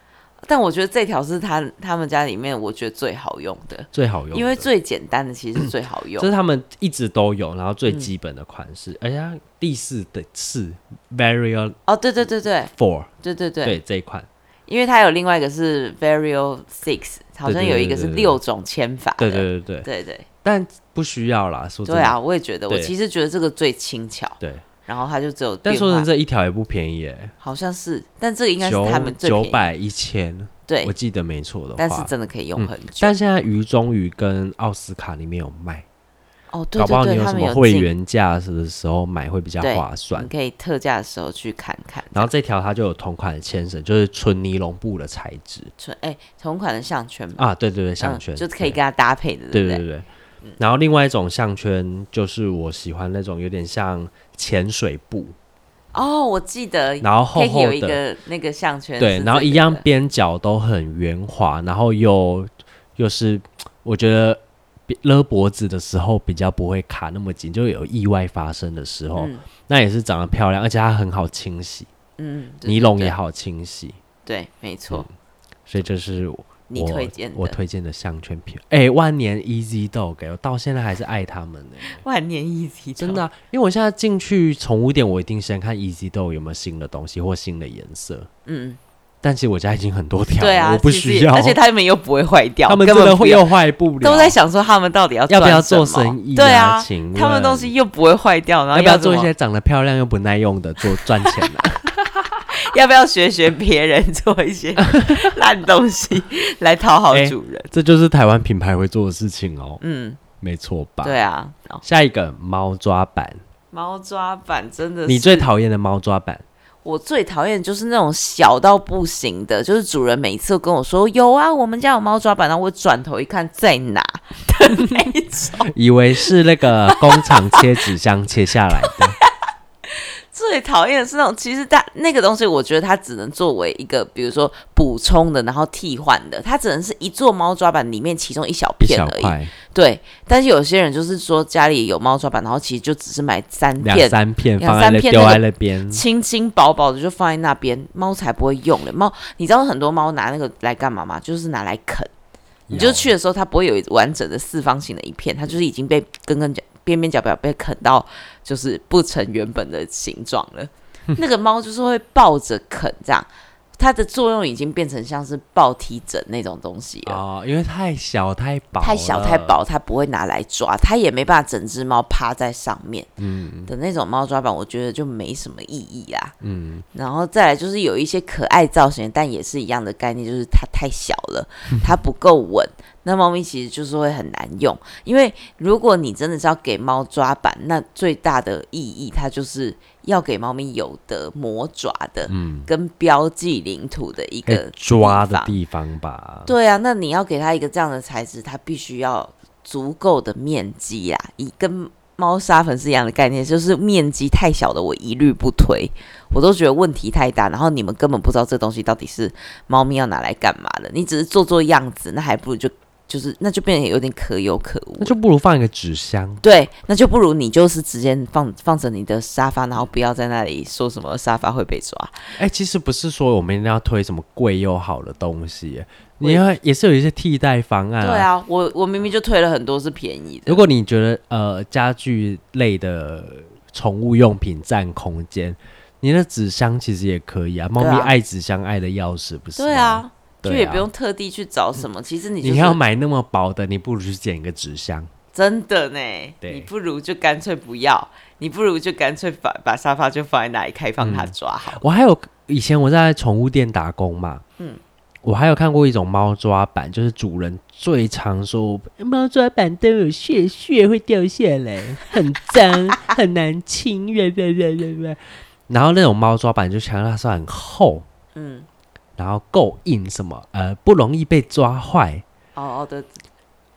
A: 但我觉得这条是他他们家里面我觉得最好用的，
B: 最好用的。
A: 因为最简单的其实是最好用
B: 这。是他们一直都有，然后
A: 嗯
B: 最基本的款式，而且它第四的是 Vario
A: 哦，对对对对
B: Four，
A: 对对对，
B: 对这一款，
A: 因为它有另外一个是 Vario Six，好像有一个是
B: 对对对对对
A: 六种签法的。
B: 对对对对，
A: 哎对对
B: 但不需要啦，说真
A: 对
B: 的，
A: 啊，我也觉得，我
B: 对
A: 其实觉得这个最轻巧，
B: 对，
A: 然后它就只有
B: 但
A: 电
B: 说
A: 话
B: 真，的，这一条也不便宜耶，
A: 好像是，但这个应该是
B: 九
A: 他们最
B: 九
A: 便宜
B: 百一千，
A: 对
B: 我，记得没错的话，嗯
A: 但是真的可以用很久。
B: 但现在鱼中鱼跟奥斯卡里面有卖，
A: 哦，对
B: 搞不好
A: 对
B: 你
A: 对，他
B: 什
A: 们
B: 么
A: 有
B: 会
A: 进，
B: 员啊价的时候买会比较
A: 对
B: 划算
A: 你。可以特价的时候去看看。
B: 然后这条它就有同款的牵绳，就是纯尼龙布的材质
A: 纯哎同款的项圈嘛，
B: 啊，对对对，项
A: 嗯
B: 圈、
A: 就可
B: 对
A: 以跟它搭配的，
B: 对
A: 不
B: 对对对。然后另外一种项圈就是我喜欢那种有点像潜水布，
A: 哦，我记得
B: 然后厚
A: Kiki
B: 厚
A: 有一
B: 的，
A: 个那个项圈是这个
B: 对
A: 的，，
B: 然后一样边角都很圆滑，然后又又是我觉得比勒脖子的时候比较不会卡那么紧，就有意外发生的哦时候，
A: 嗯
B: 那也是长得漂亮，而且它很好清洗，
A: 嗯，对
B: 尼龙也
A: 对
B: 好清洗，
A: 对，没错，
B: 所以这是我
A: 你推荐的
B: 我推荐的项圈品。哎、万年 Easy Dog，欸我到现在还是爱他们呢、
A: 万年一体
B: 真的啊、因为我现在进去宠物店，我一定先看 Easy Dog 有没有新的东西或新的颜色。
A: 嗯，
B: 但其实我家已经很多条了，
A: 对啊，
B: 我不
A: 其实
B: 需要，
A: 而且他们又不会坏掉，
B: 他们
A: 根
B: 真
A: 本
B: 的
A: 不
B: 会
A: 用
B: 又坏不了，
A: 都在想说他们到底要
B: 要不要
A: 赚
B: 做
A: 什么
B: 生意、
A: 对啊，
B: 请
A: 他们
B: 问
A: 东西又不会坏掉，然后
B: 嗯要不要
A: 怎
B: 做一
A: 么
B: 些长得漂亮又不耐用的做赚钱啊？
A: 要不要学学别人做一 些烂东西来讨好
B: 哎
A: 主人？
B: 这就是台湾品牌会做的事情哦，
A: 嗯，
B: 没错吧？
A: 对啊，哦
B: 下一个猫抓板，
A: 猫抓板真的是
B: 你最讨厌的猫抓板，
A: 我最讨厌就是那种小到不行的，就是主人每次都跟我说有啊，我们家有猫抓板，然后我转头一看在 哪的那一种。
B: 以为是那个工厂切纸箱切下来的，
A: 最讨厌的是那种，其实它那个东西，我觉得它只能作为一个，比如说补充的，然后替换的，它只能是一座猫抓板里面其中一小
B: 一
A: 片
B: 小
A: 而已。
B: 块
A: 对，但是有些人就是说家里有猫抓板，然后其实就只是买三
B: 两
A: 片。
B: 三片
A: 两
B: 放在
A: 三
B: 那
A: 片
B: 丢
A: 那个
B: 在那边，
A: 轻轻薄薄的就放在那边，猫才不会用嘞。猫，你知道很多猫拿那个来干嘛吗？就是拿来啃。你就
B: 有
A: 去的时候，它不会有完整的四方形的一片，它就是已经被根根角边边角角被啃到，就是不成原本的形状了。那个猫就是会抱着啃这样，它的作用已经变成像是抱体枕那种东西了。
B: 哦，因为太小太薄，
A: 太小太，薄，它不会拿来抓，它也没办法整只猫趴在上面。嗯，的那种猫抓板，我觉得就没什么意义啦。
B: 嗯，
A: 然后再来就是有一些可爱造型，但也是一样的概念，就是它太小 了，它不够稳。那猫咪其实就是会很难用，因为如果你真的是要给猫抓板，那最大的意义它就是要给猫咪有的磨爪的，
B: 嗯，
A: 跟标记领土的一
B: 可
A: 个
B: 以抓的
A: 方
B: 地方吧，
A: 对啊，那你要给它一个这样的材质，它必须要足够的面积啊，以跟猫砂盆是一样的概念，就是面积太小的我一律不推，我都觉得问题太大。然后你们根本不知道这东西到底是猫咪要拿来干嘛的，你只是做做样子，那还不如就就是那就变得有点可有可无
B: 那。就不如放一个纸箱，
A: 对， 那就不如你就是直接放放着你的沙发，然后不要在那里说什么沙发会被抓。
B: 哎、其实不是说我们一定要推什么贵又好的东西耶，你
A: 贵
B: 要也是有一些替代方案、
A: 对，啊，我我明明就推了很多是便宜的
B: 如，果你觉得呃家具类的宠物用品占空间，你的纸箱其实也可以啊。猫咪
A: 对啊
B: 爱纸箱爱的要死，不是？
A: 对，啊。就
B: 对
A: 也不
B: 啊嗯
A: 用特地去找什么，其实你、就是、
B: 你要买那么薄的，你不如去捡一个纸箱。
A: 真的呢，
B: 对
A: 你不如就干脆不要，你不如就干脆把把沙发就放在那里开放它抓好。
B: 我还有以前我在宠物店打工嘛，嗯，我还有看过一种猫抓板，就是主人最常说猫抓板都有屑屑会掉下来， 很脏，很难清，然后那种猫抓板就强调它是很厚，
A: 嗯，
B: 然后够硬，什么呃不容易被抓坏
A: 哦哦对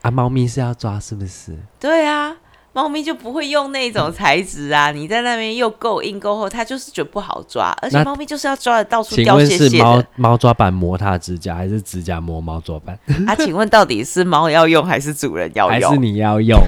B: 啊，猫咪是要抓是不是？
A: 对啊，猫咪就不会用那种材质啊，
B: 嗯
A: 你在那边又够硬够厚，它就是觉得不好抓，而且
B: 那
A: 猫咪就是要抓的到处
B: 请
A: 掉
B: 问
A: 屑
B: 是
A: 屑
B: 猫
A: 的。
B: 猫抓板磨它指甲，还是指甲磨猫抓板，
A: 啊，请问到底是猫要用还是主人要
B: 还是
A: 用？
B: 你要用？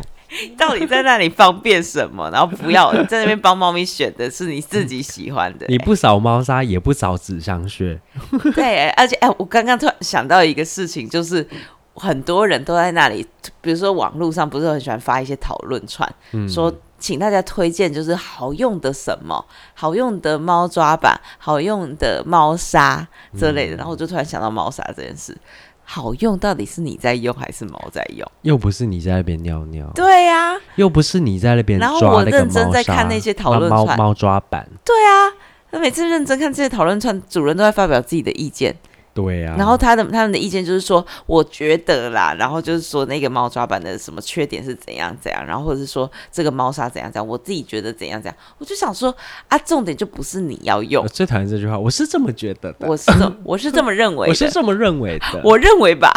A: 到底在那里方便什么？然后不要在那边帮猫咪选的是你自己喜欢的、
B: 你不扫猫砂，也不扫纸箱屑。
A: 对，而且哎、我刚刚突然想到一个事情，就是很多人都在那里，比如说网络上不是很喜欢发一些讨论串，
B: 嗯
A: 说请大家推荐就是好用的什么，好用的猫抓板，好用的猫砂之类的。然后我就突然想到猫砂这件事，好用到底是你在用还是猫在用？
B: 又不是你在那边尿尿，
A: 对呀、
B: 又不是你在那边
A: 然后
B: 抓
A: 我
B: 那个
A: 认真
B: 猫
A: 在
B: 砂
A: 看那些讨论
B: 猫
A: 串
B: 猫抓板，
A: 对啊。那每次认真看这些讨论串，主人都在发表自己的意见，
B: 对啊。
A: 然后他的他们的意见就是说，我觉得啦，然后就是说那个猫抓板的什么缺点是怎样怎样，然后或者是说这个猫砂怎样怎样，我自己觉得怎样怎样，我就想说啊，重点就不是你要用
B: 我，呃最讨厌这句话，我是这么觉得的，
A: 我是这 我是这么认为
B: 我是
A: 的，
B: 这么认为的，
A: 我认为 吧，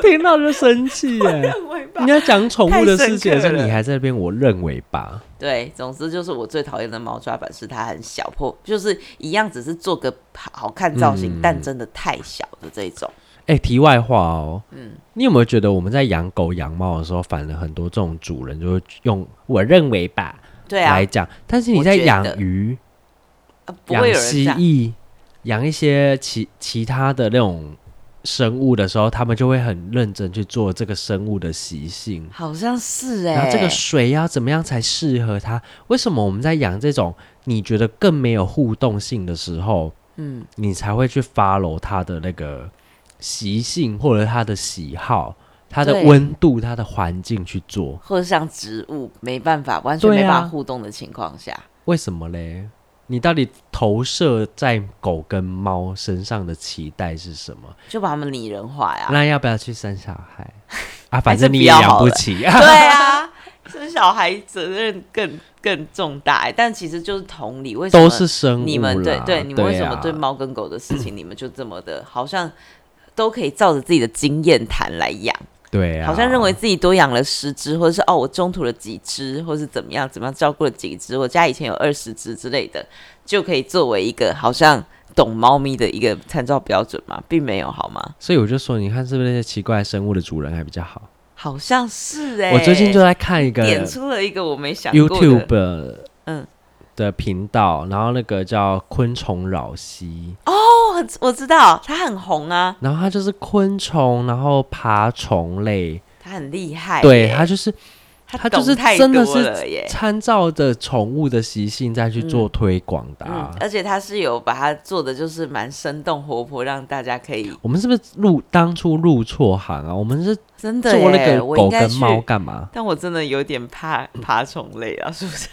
B: 听到就生气耶。
A: 认为吧
B: 你，要讲宠物的
A: 太深
B: 事情的时候，
A: 刻了
B: 你还在那边，我认为吧，
A: 对，总之就是我最讨厌的猫抓板是它很小破，就是一样只是做个好看造型，
B: 嗯
A: 但真的太小的这一种。
B: 哎、哎、题外话哦，嗯，你有没有觉得我们在养狗养猫的时候，反而很多这种主人就会用我认为吧、
A: 对啊
B: 来，讲，但是你
A: 我
B: 在
A: 觉
B: 养
A: 得
B: 鱼、
A: 呃不
B: 养
A: 会有人这
B: 蜥
A: 样。
B: 蜴、养一些其其他的那种生物的时候，他们就会很认真去做这个生物的习性。
A: 好像是哎、
B: 然后这个水要怎么样才适合它？为什么我们在养这种你觉得更没有互动性的时候，
A: 嗯，
B: 你才会去 follow 它的那个习性或者它的喜好、它的
A: 对
B: 温度、它的环境去做？
A: 或者像植物没办法完全
B: 对
A: 没办
B: 啊
A: 法互动的情况下，
B: 为什么嘞？你到底投射在狗跟猫身上的期待是什么？
A: 就把它们拟人化呀。
B: 那要不要去生 小孩啊？
A: 啊还
B: 反
A: 是
B: 正你
A: 不
B: 也
A: 要
B: 养
A: 好
B: 不
A: 了
B: 起
A: 对啊，生小孩责任更更重大、欸，但其实就是同理，为什么
B: 都是生物啦。
A: 你们对对，你们为什么
B: 啊
A: 对猫跟狗的事情，你们就这么的，好像都可以照着自己的经验谈来养，
B: 对啊，
A: 好像认为自己多养了十只，或者是哦我中途了几只，或是怎么样怎么样照顾了几只，我家以前有二十只之类的，就可以作为一个好像懂猫咪的一个参照标准嘛，并没有好吗？
B: 所以我就说，你看是不是那些奇怪的生物的主人还比较好？
A: 好像是哎、
B: 我最近就在看一个
A: 点出了一个我没想过的
B: YouTube
A: 嗯
B: 的频道，然后那个叫昆虫扰息，
A: 哦，很我知道它很红啊，
B: 然后它就是昆虫，然后爬虫类，
A: 它很厉害耶，
B: 对，它就是它
A: 它
B: 就是
A: 懂太
B: 真的
A: 多
B: 是
A: 了耶。
B: 参照着宠物的习性再去做推广的、啊
A: 嗯，而且他是有把它做的，就是蛮生动活泼，让大家可以
B: 我们是不是入当初入错行啊？我们是
A: 真的
B: 做那
A: 耶
B: 个
A: 我
B: 狗
A: 应该
B: 跟
A: 去
B: 猫干嘛？
A: 但我真的有点怕 爬虫类啊，是 不是？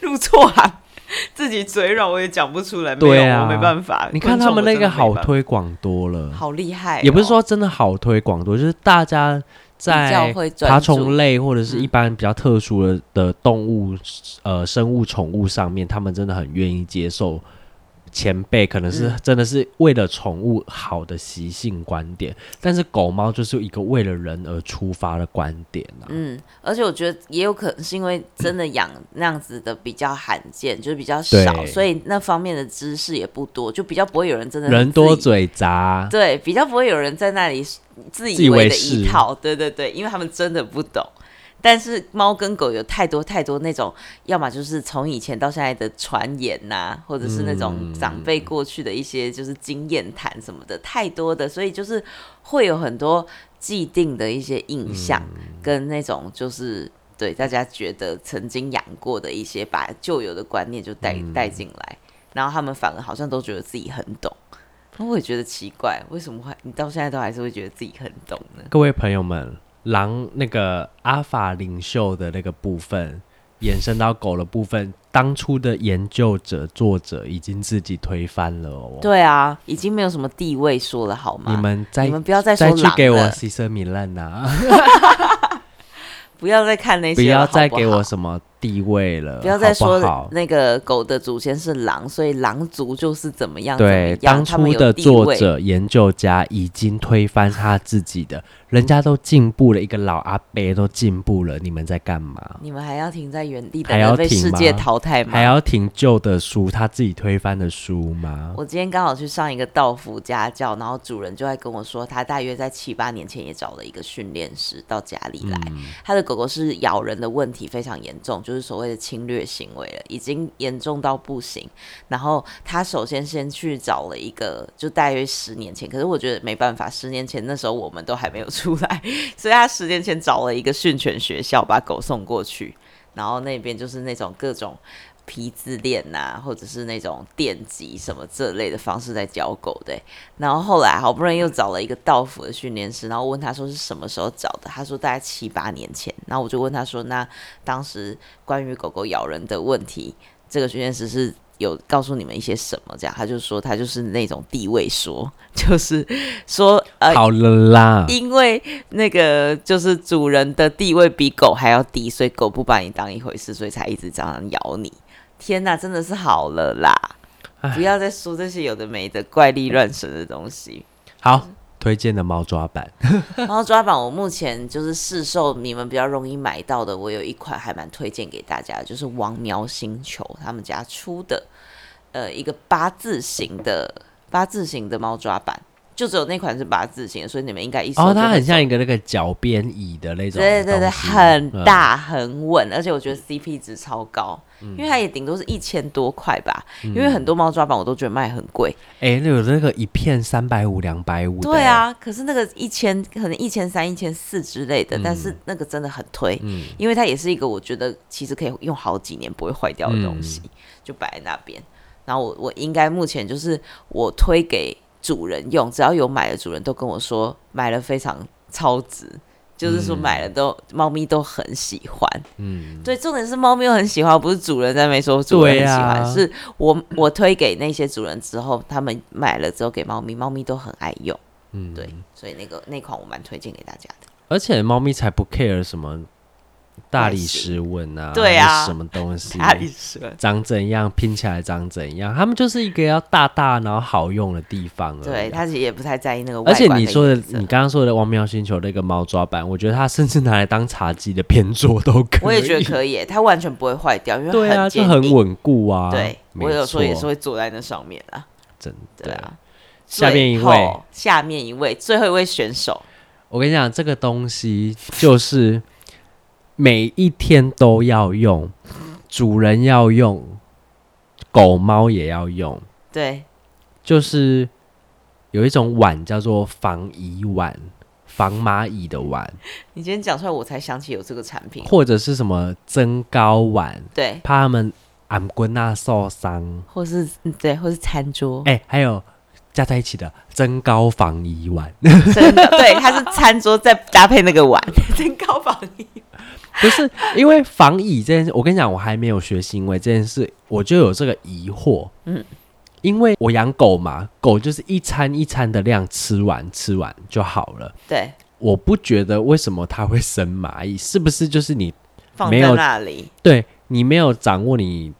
A: 入错行，自己嘴软我也讲不出来，
B: 对
A: 没有
B: 啊
A: 我没办法。
B: 你看
A: 昆虫
B: 他
A: 我
B: 们
A: 真的
B: 那个
A: 没
B: 好
A: 办法，
B: 推广多了，
A: 好厉害哦、
B: 也不是说真的好推广多，就是大家
A: 比较
B: 在
A: 会专
B: 爬
A: 注
B: 虫类或者是
A: 嗯
B: 一般比较特殊的的动物、呃生物宠物上面，他们真的很愿意接受前辈可能是
A: 嗯
B: 真的是为了宠物好的习性观点，但是狗猫就是一个为了人而出发的观点啊。
A: 嗯，而且我觉得也有可能是因为真的养那样子的比较罕见，就是比较少，
B: 对
A: 所以那方面的知识也不多，就比较不会有人真的
B: 人
A: 自
B: 多
A: 以
B: 嘴杂，
A: 对，比较不会有人在那里自
B: 自以
A: 以为
B: 为
A: 的
B: 是
A: 一套，对对对，因为他们真的不懂。但是猫跟狗有太多太多那种，要么就是从以前到现在的传言呐、或者是那种长辈过去的一些就是经验谈什么的，太多的，所以就是会有很多既定的一些印象，跟那种就是对大家觉得曾经养过的一些，把旧有的观念就带带进来，然后他们反而好像都觉得自己很懂。那我也觉得奇怪，为什么会你到现在都还是会觉得自己很懂呢？
B: 各位朋友们，狼那个阿法领袖的那个部分，延伸到狗的部分，当初的研究者作者已经自己推翻了哦。，
A: 对啊，已经没有什么地位说了好吗？
B: 你们再
A: 你们不要再说
B: 再去
A: 狼
B: 给我
A: 了
B: C 色米烂呐，
A: 不要再看那些
B: 不要
A: 了好
B: 再
A: 不
B: 给
A: 好
B: 我什么地位了，
A: 不要再说
B: 好不好。
A: 那个狗的祖先是狼，所以狼族就是怎么样怎么
B: 对，
A: 样，
B: 当
A: 他们
B: 初
A: 有
B: 的
A: 地
B: 作
A: 位
B: 者、研究家已经推翻他自己的，人家都进步了，一个老阿伯都进步了，你们在干嘛？
A: 你们还要停在原地，
B: 还
A: 等
B: 要
A: 着被
B: 停
A: 世界
B: 吗
A: 淘汰吗？
B: 还要挺旧的书，他自己推翻的书吗？
A: 我今天刚好去上一个道服家教，然后主人就在跟我说，他大约在七八年前也找了一个训练师到家里来。他的狗狗是咬人的问题非常严重，就是所谓的侵略行为了，已经严重到不行。然后他首先先去找了一个，就大约十年前，可是我觉得没办法，十年前那时候我们都还没有出来，所以他十年前找了一个训犬学校，把狗送过去，然后那边就是那种各种皮自恋呐、或者是那种电击什么这类的方式在教狗的欸、然后后来好不容易又找了一个道府的训练师，然后问他说是什么时候找的，他说大概七八年前。然后我就问他说，那当时关于狗狗咬人的问题，这个训练师是有告诉你们一些什么？这样他就说他就是那种地位说， 就是说呃
B: 好了啦，
A: 因为那个就是主人的地位比狗还要低，所以狗不把你当一回事，所以才一直这样咬你。天哪，真的是好了啦
B: 唉！
A: 不要再说这些有的没的怪力乱神的东西。
B: 好推荐的猫抓板，
A: 然后抓板，我目前就是市售你们比较容易买到的，我有一款还蛮推荐给大家的，就是王苗星球他们家出的，呃，一个八字形的八字形的猫抓板，就只有那款是八字形的，所以你们应该一搜
B: 哦，
A: 就
B: 它
A: 会
B: 很像
A: 搜
B: 一个那个脚边椅的那种东
A: 对
B: 西，
A: 对对，
B: 嗯
A: 很、大很稳，而且我觉得 CP 值超高，
B: 嗯
A: 因为它也顶多是一千多块吧。因为很多猫抓板我都觉得卖很贵，
B: 哎、那有那个一片三百五、两百五，
A: 对，啊，可是那个一千可能一千三、一千四之类的，但是那个真的很推，
B: 嗯
A: 因为它也是一个我觉得其实可以用好几年不会坏掉的东西，
B: 嗯
A: 就摆在那边。然后我我应该目前就是我推给主人用，只要有买的主人都跟我说买了非常超值，就是说买了都、猫咪都很喜欢。
B: 嗯，
A: 对，重点是猫咪又很喜欢，不是主人在那边说主人很喜欢，
B: 对啊
A: 是我我推给那些主人之后，他们买了之后给猫咪，猫咪都很爱用。
B: 嗯
A: 对，所以那个那款我蛮推荐给大家的。
B: 而且猫咪才不 care 什么大理
A: 外形
B: 石纹啊，
A: 对啊
B: 什么东西，
A: 大力士，
B: 长怎样，拼起来长怎样，他们就是一个要大大然后好用的地方而已啊
A: 对他其实也不太在意那个外
B: 而且
A: 观跟
B: 你
A: 颜色。
B: 说的，你刚刚说的《汪喵星球》那个猫抓板，我觉得它甚至拿来当茶几的偏座都可以。
A: 我也觉得可以耶，它完全不会坏掉，因为
B: 对啊，就
A: 坚
B: 很
A: 硬。
B: 稳固啊。
A: 对，
B: 没
A: 我有时候也是
B: 错
A: 会坐在那上面啦。
B: 真
A: 对
B: 的。
A: 啊，
B: 下面一
A: 最
B: 位
A: 后，，下面一位，最后一位选手，
B: 我跟你讲，这个东西就是每一天都要用，主人要用，狗猫也要用，
A: 对，
B: 就是有一种碗叫做防蚁碗，防蚂蚁的碗，
A: 你今天讲出来，我才想起有这个产品。哦
B: 或者是什么增高碗，
A: 对，
B: 怕他们俺滚那受伤。
A: 或是嗯对，或是餐桌。
B: 哎、还有加在一起的增高防蚁碗，
A: 真的，对，它是餐桌再搭配那个碗，真高仿一。
B: 不是 因为防蚁这件事，我跟你讲，我还没有学行为这件事，我就有这个疑惑。嗯
A: 嗯，
B: 因为我养狗嘛，狗就是一餐一餐的量吃完吃完就好了。
A: 对，
B: 我不觉得为什么它会生蚂蚁，是不是就是你
A: 放
B: 没
A: 在
B: 有
A: 那里，
B: 对你没有掌握你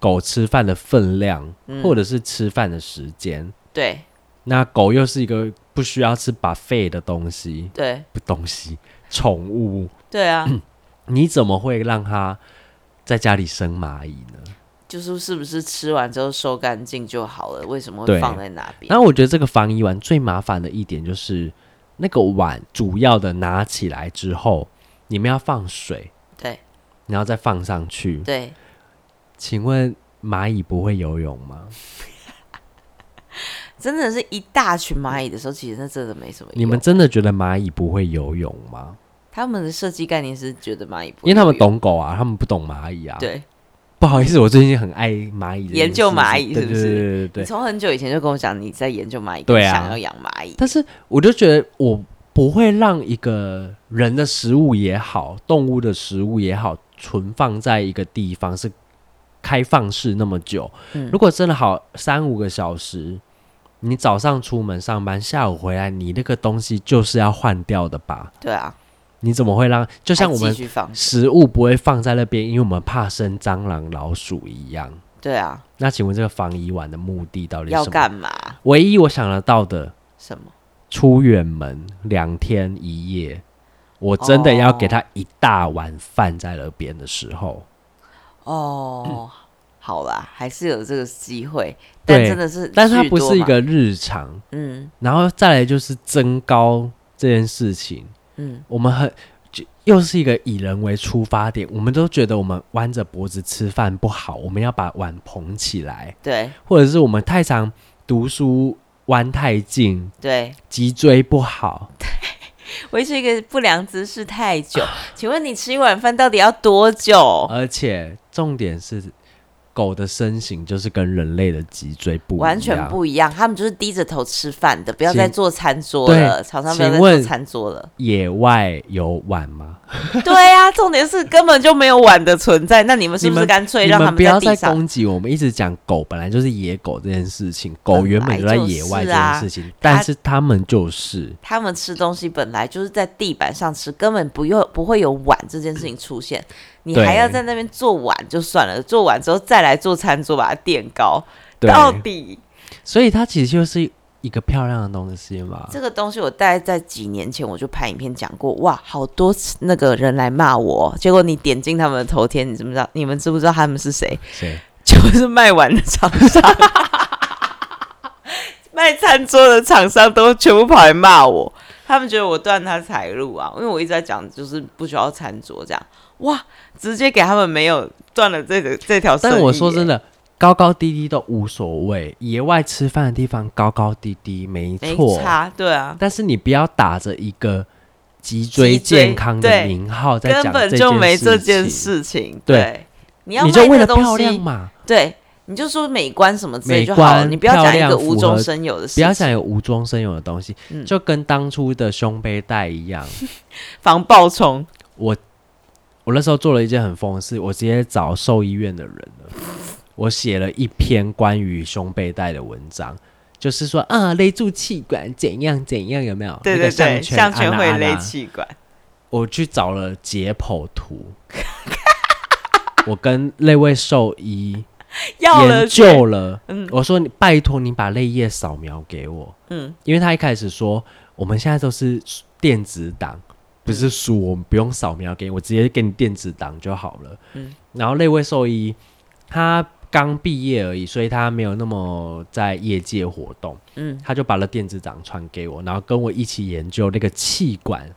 B: 狗吃饭的分量，
A: 嗯
B: 或者是吃饭的时间？
A: 对
B: 那狗又是一个不需要吃 buffet 的东西，
A: 对
B: 不东西宠物，
A: 对 啊，
B: 你怎么会让它在家里生蚂蚁呢？
A: 就是是不是吃完之后收干净就好了？为什么
B: 对
A: 会放在那边
B: 然？后我觉得这个防蚁碗最麻烦的一点就是，那个碗主要的拿起来之后，你们要放水，
A: 对
B: 然后再放上去。
A: 对，
B: 请问蚂蚁不会游泳吗？
A: 真的是一大群蚂蚁的时候，其实那真的没什么用。
B: 你们真的觉得蚂蚁不会游泳吗？
A: 他们的设计概念是觉得蚂蚁不会游泳，
B: 因为他们懂狗啊，他们不懂蚂蚁啊。，
A: 对。
B: 不好意思，我最近很爱蚂蚁这件事情，
A: 研究蚂蚁
B: 对
A: 是不是
B: 对对对对
A: 你
B: 对。
A: 从很久以前就跟我讲你在研究蚂蚁，
B: 对啊
A: 想要养蚂蚁，
B: 但是我就觉得我不会让一个人的食物也好，动物的食物也好，存放在一个地方是开放式那么久。
A: 嗯
B: 如果真的好三五个小时，你早上出门上班，下午回来，你那个东西就是要换掉的吧？
A: 对啊，
B: 你怎么会让
A: 就
B: 就像我们
A: 继续放，
B: 食物不会放在那边，因为我们怕生蟑螂、老鼠一样？
A: 对啊，
B: 那请问这个防蚁碗的目的到底是
A: 要
B: 什么？
A: 干嘛？
B: 唯一我想得到的
A: 什么？
B: 出远门两天一夜，我真的要给他一大碗饭在那边的时候，
A: 哦，好啦，还是有这个机会，但
B: 对
A: 真的是，
B: 但是它不是一，个日常。
A: 嗯
B: 然后再来就是增高这件事情，
A: 嗯，
B: 我们很就又是一个以人为出发点，我们都觉得我们弯着脖子吃饭不好，我们要把碗捧起来，
A: 对
B: 或者是我们太常读书弯太近，
A: 对，
B: 脊椎不好。
A: 维持一个不良姿势太
B: 啊
A: 久，请问你吃一碗饭到底要多久？
B: 而且重点是，狗的身形就是跟人类的脊椎不一样
A: 完全。不一样，他们就是低着头吃饭的，不要
B: 请
A: 再做餐桌了，常常不要再
B: 请问
A: 做餐桌了。
B: 野外有碗吗？
A: 对呀、重点是根本就没有碗的存在，那你们是不
B: 你
A: 是
B: 们
A: 干脆
B: 你
A: 让他
B: 们不要
A: 在
B: 再
A: 地上？
B: 攻击我们，一直讲狗本来就是野狗这件事情，狗原本就在野外这件事情，
A: 本来
B: 但
A: 就是啊
B: 他们就是
A: 他们吃东西本来就是在地板上吃，根本不用不会有碗这件事情出现，你
B: 对
A: 还要在那边做碗就算了，做碗之后再来做餐桌把它垫高，
B: 对，
A: 到底
B: 所以它其实就是一个漂亮的东西嘛。
A: 这个东西我大概在几年前我就拍影片讲过，哇，好多那个人来骂我，结果你点进他们的头贴，你知不知道？你们知不知道他们是谁？
B: 谁？
A: 就是卖碗的厂商。卖卖餐桌的厂商都全部跑来骂我，他们觉得我断他财路啊，因为我一直在讲就是不需要餐桌这样，哇，直接给他们没有断了这个这条生意耶。
B: 但我说真
A: 的，
B: 的，高高低低都无所谓，野外吃饭的地方高高低低没
A: 没
B: 错，
A: 差，对啊，
B: 但是你不要打着一个脊椎健康的名号在
A: 根
B: 讲
A: 本就没这
B: 件
A: 件
B: 情，
A: 事情。
B: 对
A: 对，你要
B: 你就
A: 卖
B: 为了
A: 这东
B: 漂亮
A: 西，
B: 嘛，
A: 对，你就说美观什么之类
B: 美
A: 就好了，
B: 观
A: 你不要
B: 漂
A: 讲一
B: 亮
A: 个
B: 符
A: 无中
B: 合
A: 生有的事
B: 不
A: 情，
B: 要想有无中生有的东西，
A: 嗯
B: 就跟当初的胸背带一样。
A: 防爆冲。
B: 我那时候做了一件很疯的事，我直接找兽医院的人了，我写了一篇关于胸背带的文章。就是说啊，勒住气管怎样怎样，有没有？
A: 对
B: 那个
A: 对对，
B: 项
A: 项圈
B: 圈啊啦
A: 会
B: 啊
A: 勒
B: 啦
A: 气管。
B: 我去找了解剖图， 我跟那位兽医
A: 要了
B: 研究了。
A: 嗯
B: 我说你拜托你把泪液扫描给我，
A: 嗯，
B: 因为他一开始说我们现在都是电子档，不是书，我们不用扫描给你，我直接给你电子档就好了。
A: 嗯，
B: 然后那位兽医他刚毕业而已，所以他没有那么在业界活动，
A: 嗯，
B: 他就把那电子档传给我，然后跟我一起研究那个气管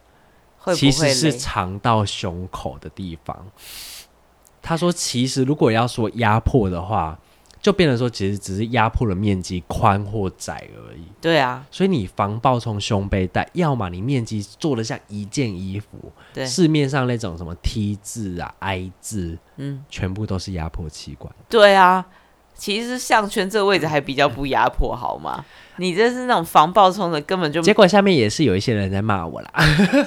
A: 会不
B: 其
A: 嗯会
B: 实是
A: 勒
B: 肠到胸口的地方。他说，其实如果要说压迫的话，就变成说，其实只是压迫的面积宽或窄而已。
A: 对啊，
B: 所以你防爆冲胸背带，要么你面积做的像一件衣服，
A: 对，
B: 市面上那种什么 T 字啊、I 字，
A: 嗯，
B: 全部都是压迫器官。
A: 对啊。其实项圈这个位置还比较不压迫，好吗？你这是那种防爆冲的，根本就
B: 结果下面也是有一些人在骂我啦，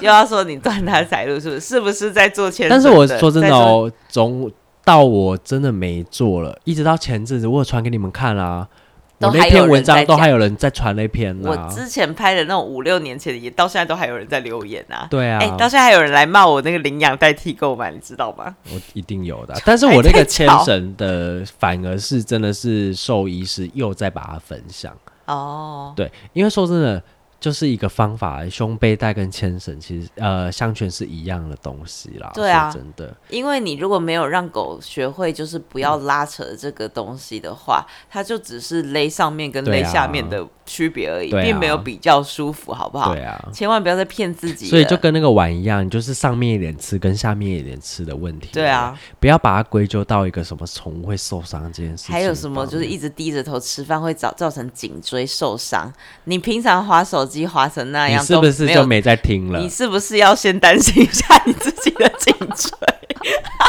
A: 又要说你断他财路，是不是？是不是在做牵？
B: 但是我说真的，哦，从到我真的没做了，一直到前阵子我有传给你们看啦、啊
A: 都
B: 我
A: 还
B: 那
A: 有
B: 篇文
A: 人在
B: 章都
A: 讲
B: 还有人在传那篇啦、
A: 我之前拍的那种五六年前的，也到现在都还有人在留言啊。
B: 对啊，
A: 哎、到现在还有人来骂我那个领养代替购买，你知道吗？
B: 我一定有的啊。但是我
A: 还
B: 那
A: 在
B: 个牵
A: 吵
B: 绳的，反而是真的是兽医师又在把它分享。
A: 哦，
B: 对，因为说真的，就是一个方法，胸背带跟牵绳其实呃项圈是一样的东西啦。
A: 对啊
B: 说真的，
A: 因为你如果没有让狗学会就是不要
B: 嗯
A: 拉扯这个东西的话，它就只是勒上面跟勒
B: 对啊
A: 下面的区别而已，
B: 对啊
A: 并没有比较舒服，好不好？
B: 对啊。
A: 千万不要再骗自己了。啊
B: 所以就跟那个碗一样，就是上面一点吃跟下面一点吃的问题。
A: 对啊，，
B: 不要把它归咎到一个什么宠物会受伤这件事情。
A: 还有什么就是一，直低着头吃饭会造造成颈椎受伤？你平常划手机划成那
B: 你
A: 样，
B: 是不是
A: 没
B: 就
A: 有？
B: 没在听了
A: 你？是不是要先担心一下你自己的颈椎？ 啊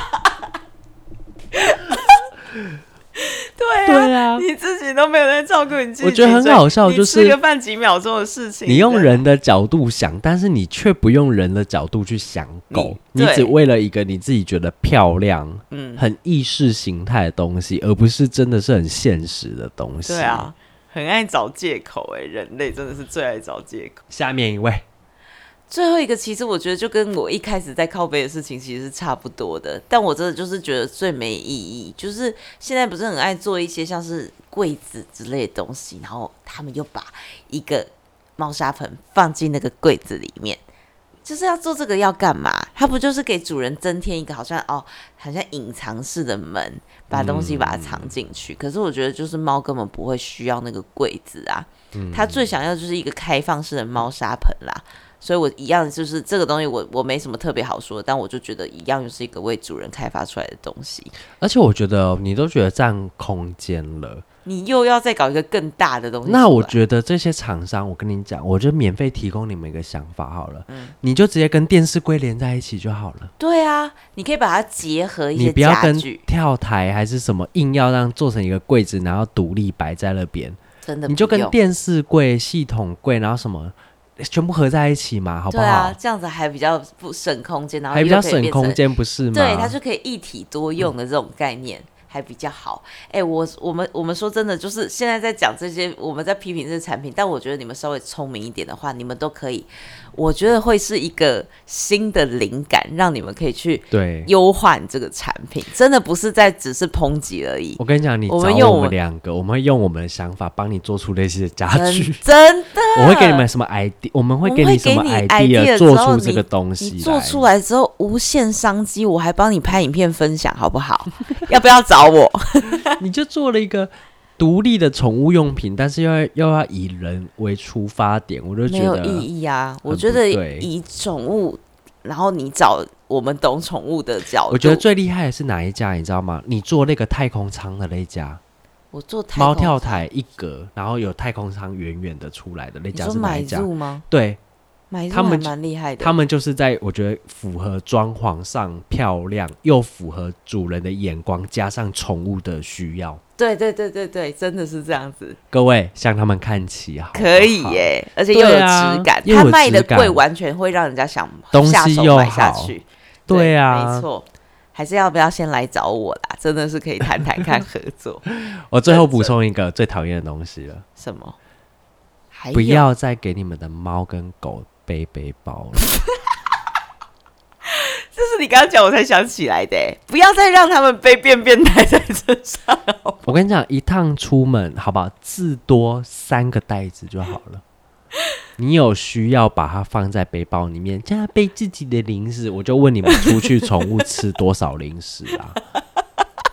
A: 对啊，
B: 对啊，
A: 你自己都没有在照顾你自己，
B: 我觉得很好笑
A: 所以你
B: 就是
A: 吃个饭几秒钟的事情，
B: 你用人的角度想，但是你却不用人的角度去想狗，
A: 你
B: 你只
A: 嗯对
B: 为了一个你自己觉得漂亮、
A: 嗯，
B: 很意识形态的东西，而不是真的是很现实的东西。
A: 对，啊，很爱找借口哎、人类真的是最爱找借口。
B: 下面一位，
A: 最后一个，其实我觉得就跟我一开始在靠背的事情其实是差不多的，但我真的就是觉得最没意义，就是现在不是很爱做一些像是柜子之类的东西，然后他们又把一个猫砂盆放进那个柜子里面，就是要做这个要干嘛？它不就是给主人增添一个好像哦，好像隐藏式的门，把东西把它藏进去？可是我觉得就是猫根本不会需要那个柜子啊，它最想要就是一个开放式的猫砂盆啦。所以我一样就是这个东西我，我没什么特别好说的，但我就觉得一样就是一个为主人开发出来的东西。
B: 而且我觉得你都觉得占空间了，
A: 你又要再搞一个更大的东西出来，
B: 那我觉得这些厂商，我跟你讲，我就免费提供你们一个想法好了，
A: 嗯
B: 你就直接跟电视柜连在一起就好了。
A: 对啊，你可以把它结合一
B: 你
A: 些
B: 不要
A: 家
B: 跟
A: 具，
B: 跳台还是什么，硬要让做成一个柜子，然后独立摆在那边，
A: 真的
B: 你就
A: 不用
B: 跟电视柜、系统柜，然后什么全部合在一起嘛，好不
A: 对
B: 好？
A: 啊，这样子还比较不省空间，然后
B: 还比
A: 又
B: 较
A: 可以
B: 省
A: 变
B: 空
A: 成
B: 间，不是吗？
A: 对，它就可以一体多用的这种概念。还比较好，哎、我我们我们说真的，就是现在在讲这些，我们在批评这些产品，但我觉得你们稍微聪明一点的话，你们都可以，我觉得会是一个新的灵感，让你们可以去
B: 对。
A: 优化你这个产品，真的不是在只是抨击而已
B: 我，跟你讲，你找
A: 我们用
B: 我
A: 我
B: 们两个，我们会用我们的想法帮你做出类似的家具
A: 真。真的，
B: 我会给你们什么 idea，我们会
A: 我们
B: 给
A: 会
B: 你什
A: 给
B: 么
A: 你 idea
B: 做
A: 之后
B: 出这
A: 你
B: 个东西
A: 你做出来之后无限商机，我 还帮你拍影片分享，好不好？要不要找我？
B: 你就做了一个独立的宠物用品，但是又要又要以人为出发点，我就
A: 没
B: 觉
A: 有
B: 得
A: 意义啊！我
B: 很
A: 觉
B: 不
A: 得
B: 对
A: 以宠物，然后你找我们懂宠物的角度，
B: 我觉得最厉害的是哪一家，你知道吗？你做那个太空舱的那一家，
A: 我做太
B: 猫
A: 空
B: 跳台一格，然后有太空舱远远的出来的那
A: 你
B: 家
A: 说
B: 是哪
A: 买
B: 一家？
A: 入吗？
B: 对
A: 买入
B: 他
A: 还
B: 们就
A: 蛮厉害的，
B: 他们就是在我觉得符合装潢上漂亮，又符合主人的眼光，加上宠物的需要。
A: 对对对对对，真的是这样子，
B: 各位向他们看齐好不好
A: 可以耶，而且又
B: 对
A: 有质
B: 啊
A: 感，
B: 又
A: 它
B: 有
A: 卖
B: 质
A: 的贵，
B: 感
A: 完全会让人家想
B: 东
A: 下
B: 西
A: 手
B: 又
A: 买下
B: 好
A: 去。
B: 对啊，
A: 没错，还是要不要先来找我啦？真的是可以谈谈看 合作
B: 我最后补充一个最讨厌的东西了，
A: 什么？还
B: 不
A: 有
B: 要再给你们的猫跟狗背背包了。
A: 这是你刚刚讲，我才想起来的欸。不要再让他们被便便带在身 上哦。
B: 我跟你讲，一趟出门，好不好？至多三个袋子就好 了。你有需要把它放在背包里面，加备自己的零食。我就问你们，出去宠物吃多少零食啊？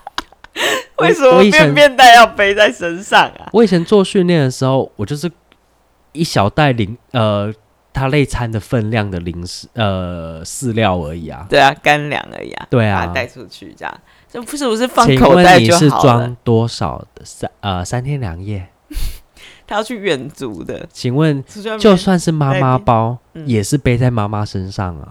B: 我
A: 为什么
B: 我以
A: 便
B: 前
A: 便袋要背在身上啊？
B: 我以前做训练的时候，我就是一小袋零呃，它类餐的分量的零食呃饲料而已啊。
A: 对啊，干粮而已啊，
B: 对
A: 把
B: 啊
A: 它，带出去这样，这不是不是放
B: 请
A: 口袋
B: 问你
A: 就是好了
B: 装？多少的三呃三天两夜？
A: 他要去远足的，
B: 请问
A: 出去外面
B: 就算是妈妈包，
A: 嗯
B: 也是背在妈妈身上啊。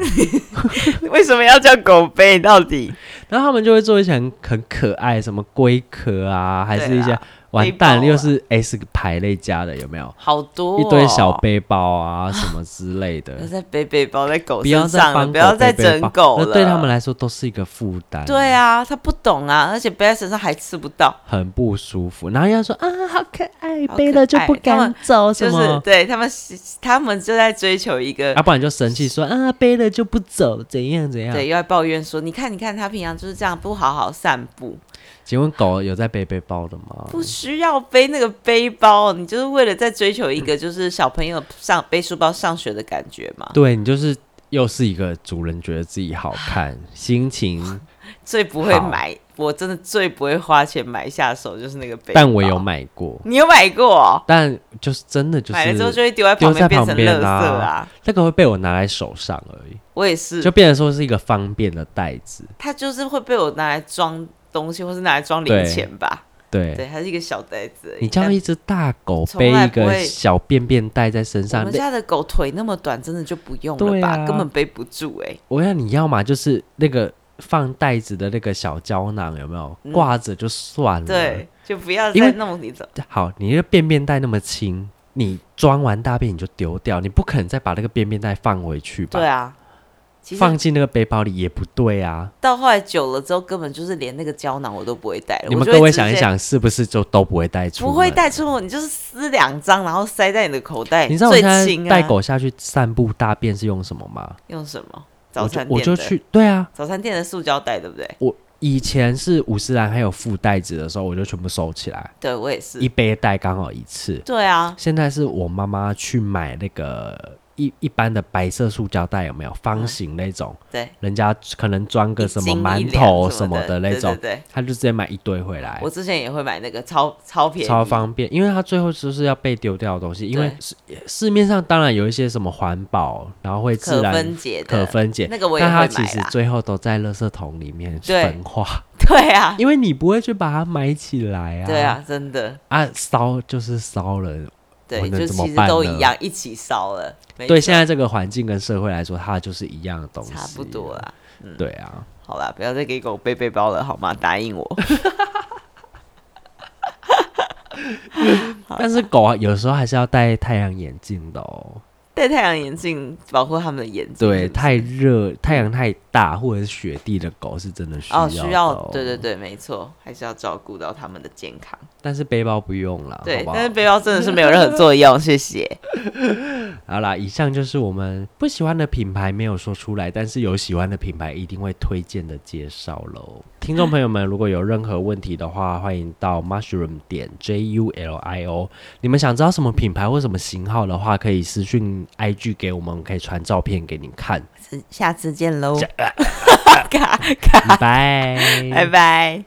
A: 为什么要叫狗背？到底
B: 然后他们就会做一些很很可爱，什么龟壳啊，还是一
A: 对
B: 些
A: 啦
B: 完
A: 背
B: 蛋
A: 包啊
B: 又是 S 排类家的，有没有？
A: 好多、
B: 哦一堆小，背包啊，什么之类
A: 不 要
B: 的，
A: 再背背包在狗
B: 不要
A: 身
B: 再
A: 上了，
B: 帮
A: 不要
B: 狗
A: 再
B: 背背
A: 整
B: 包
A: 狗了。
B: 那对他们来说都是一个负担，
A: 对，啊，他不懂啊，而且背在身上还吃不到，
B: 很不舒服。然后要说啊，好可爱，
A: 好可
B: 背了就
A: 爱
B: 不
A: 他
B: 敢
A: 们
B: 走，什
A: 就是
B: 么？
A: 对他们，他们就在追求一个
B: 要不然就生气说啊，背了就不走，怎样怎样？
A: 对，又在抱怨说，你看，你看，他平常就是这样，不好好散步，
B: 请问狗有在背背包的吗？
A: 不需要背那个背包，你就是为了在追求一个就是小朋友上背书包上学的感觉嘛，
B: 对你就是又是一个主人觉得自己好看，心情
A: 最不会
B: 好
A: 买，我真的最不会花钱买下手就是那个背包，
B: 但我有，买过，
A: 你有买过哦、
B: 但就是真的就
A: 买了之后就是会丢在
B: 丢
A: 旁边
B: 在
A: 变
B: 旁
A: 成垃
B: 边
A: 圾啊
B: 啊！那个会被我拿在手上而已，
A: 我也是，
B: 就变成说是一个方便的袋子。
A: 它就是会被我拿来装东西，或是拿来装零
B: 对
A: 钱吧。
B: 对，
A: 对，它是一个小袋子而已。
B: 你叫
A: 但
B: 一只大狗
A: 从
B: 背
A: 来
B: 一
A: 不会
B: 个小便便袋在身
A: 我
B: 上
A: 们，家的狗腿那么短，真的就不用了
B: 对
A: 吧，
B: 啊
A: 根本背不住哎、
B: 我要你要嘛就是那个放袋子的那个小胶囊有没有
A: 嗯
B: 挂着就算了。
A: 对，，就不要
B: 嗯因
A: 再
B: 为
A: 弄你走。
B: 好，你那个便便袋那么轻，你装完大便你就丢掉，你不可能再把那个便便袋放回去吧？
A: 对啊，其实
B: 放进那个背包里也不对啊。
A: 到后来久了之后，根本就是连那个胶囊我都不会带了。
B: 你
A: 我
B: 们
A: 就
B: 各
A: 会
B: 位
A: 直
B: 想一
A: 接，
B: 想，是不是就都不会带出？
A: 不会。带出门，你就是撕两张，然后塞在你的口袋。
B: 你知道我
A: 最
B: 现在
A: 轻啊
B: 带狗下去散步大便是用什么吗？
A: 用什么？早
B: 我就
A: 餐店
B: 我
A: 的
B: 就去，对啊，
A: 早餐店的塑胶袋，对不对？
B: 我以前是五十兰还有附袋子的时候，我就全部收起来，
A: 对我也是
B: 一。背带刚好一次。
A: 对啊，
B: 现在是我妈妈去买那个一一般的白色塑胶袋，有没有方形那种？
A: 对，
B: 人家可能
A: 嗯
B: 装
A: 一
B: 个什么
A: 斤一
B: 馒
A: 两
B: 头
A: 什
B: 什么的那
A: 对
B: 种，
A: 对对，
B: 他就直接买一堆回来
A: 我，之前也会买那个超超便宜，
B: 超方便。因为他最后就是要被丢掉的东西，因为
A: 对
B: 市市面上当然有一些什么环保，然后会自
A: 可
B: 然
A: 分解的，
B: 可分解，
A: 那个我也
B: 但它
A: 会
B: 其
A: 买
B: 实
A: 啦。
B: 最后都在垃圾桶里面
A: 对
B: 焚化，
A: 对啊，
B: 因为你不会去把它埋起来啊。
A: 对啊，真的，
B: 啊，烧就是烧了。
A: 对，
B: 我能
A: 就
B: 怎么
A: 其实
B: 办
A: 都
B: 呢
A: 一样，一起烧了。没
B: 对
A: 错
B: 现在这个环境跟社会来说，它就是一样的东西，啊
A: 差不多。啦。
B: 对啊，
A: 好啦，不要再给狗背背包了，好吗？答应我。
B: 但是狗啊，有时候还是要戴太阳眼镜的哦。
A: 戴太阳眼镜保护它们的眼睛。
B: 对，
A: 是不是
B: 太热、太阳太大或者是雪地的狗是真的需要、
A: 哦，需要，对对。对，没错，还是要照顾到它们的健康。
B: 但是背包不用啦，
A: 对
B: 好，不好
A: 但是背包真的是没有任何作用，谢谢。
B: 好啦，以上就是我们不喜欢的品牌没有说出来，但是有喜欢的品牌一定会推荐的介绍喽。听众朋友们，如果有任何问题的话，欢迎到 mushroom 点 j u l i o。你们想知道什么品牌或什么型号的话，可以私讯 IG 给我们，我们可以传照片给你 看。
A: 下次见喽，嘎嘎，
B: 拜拜，
A: 拜拜。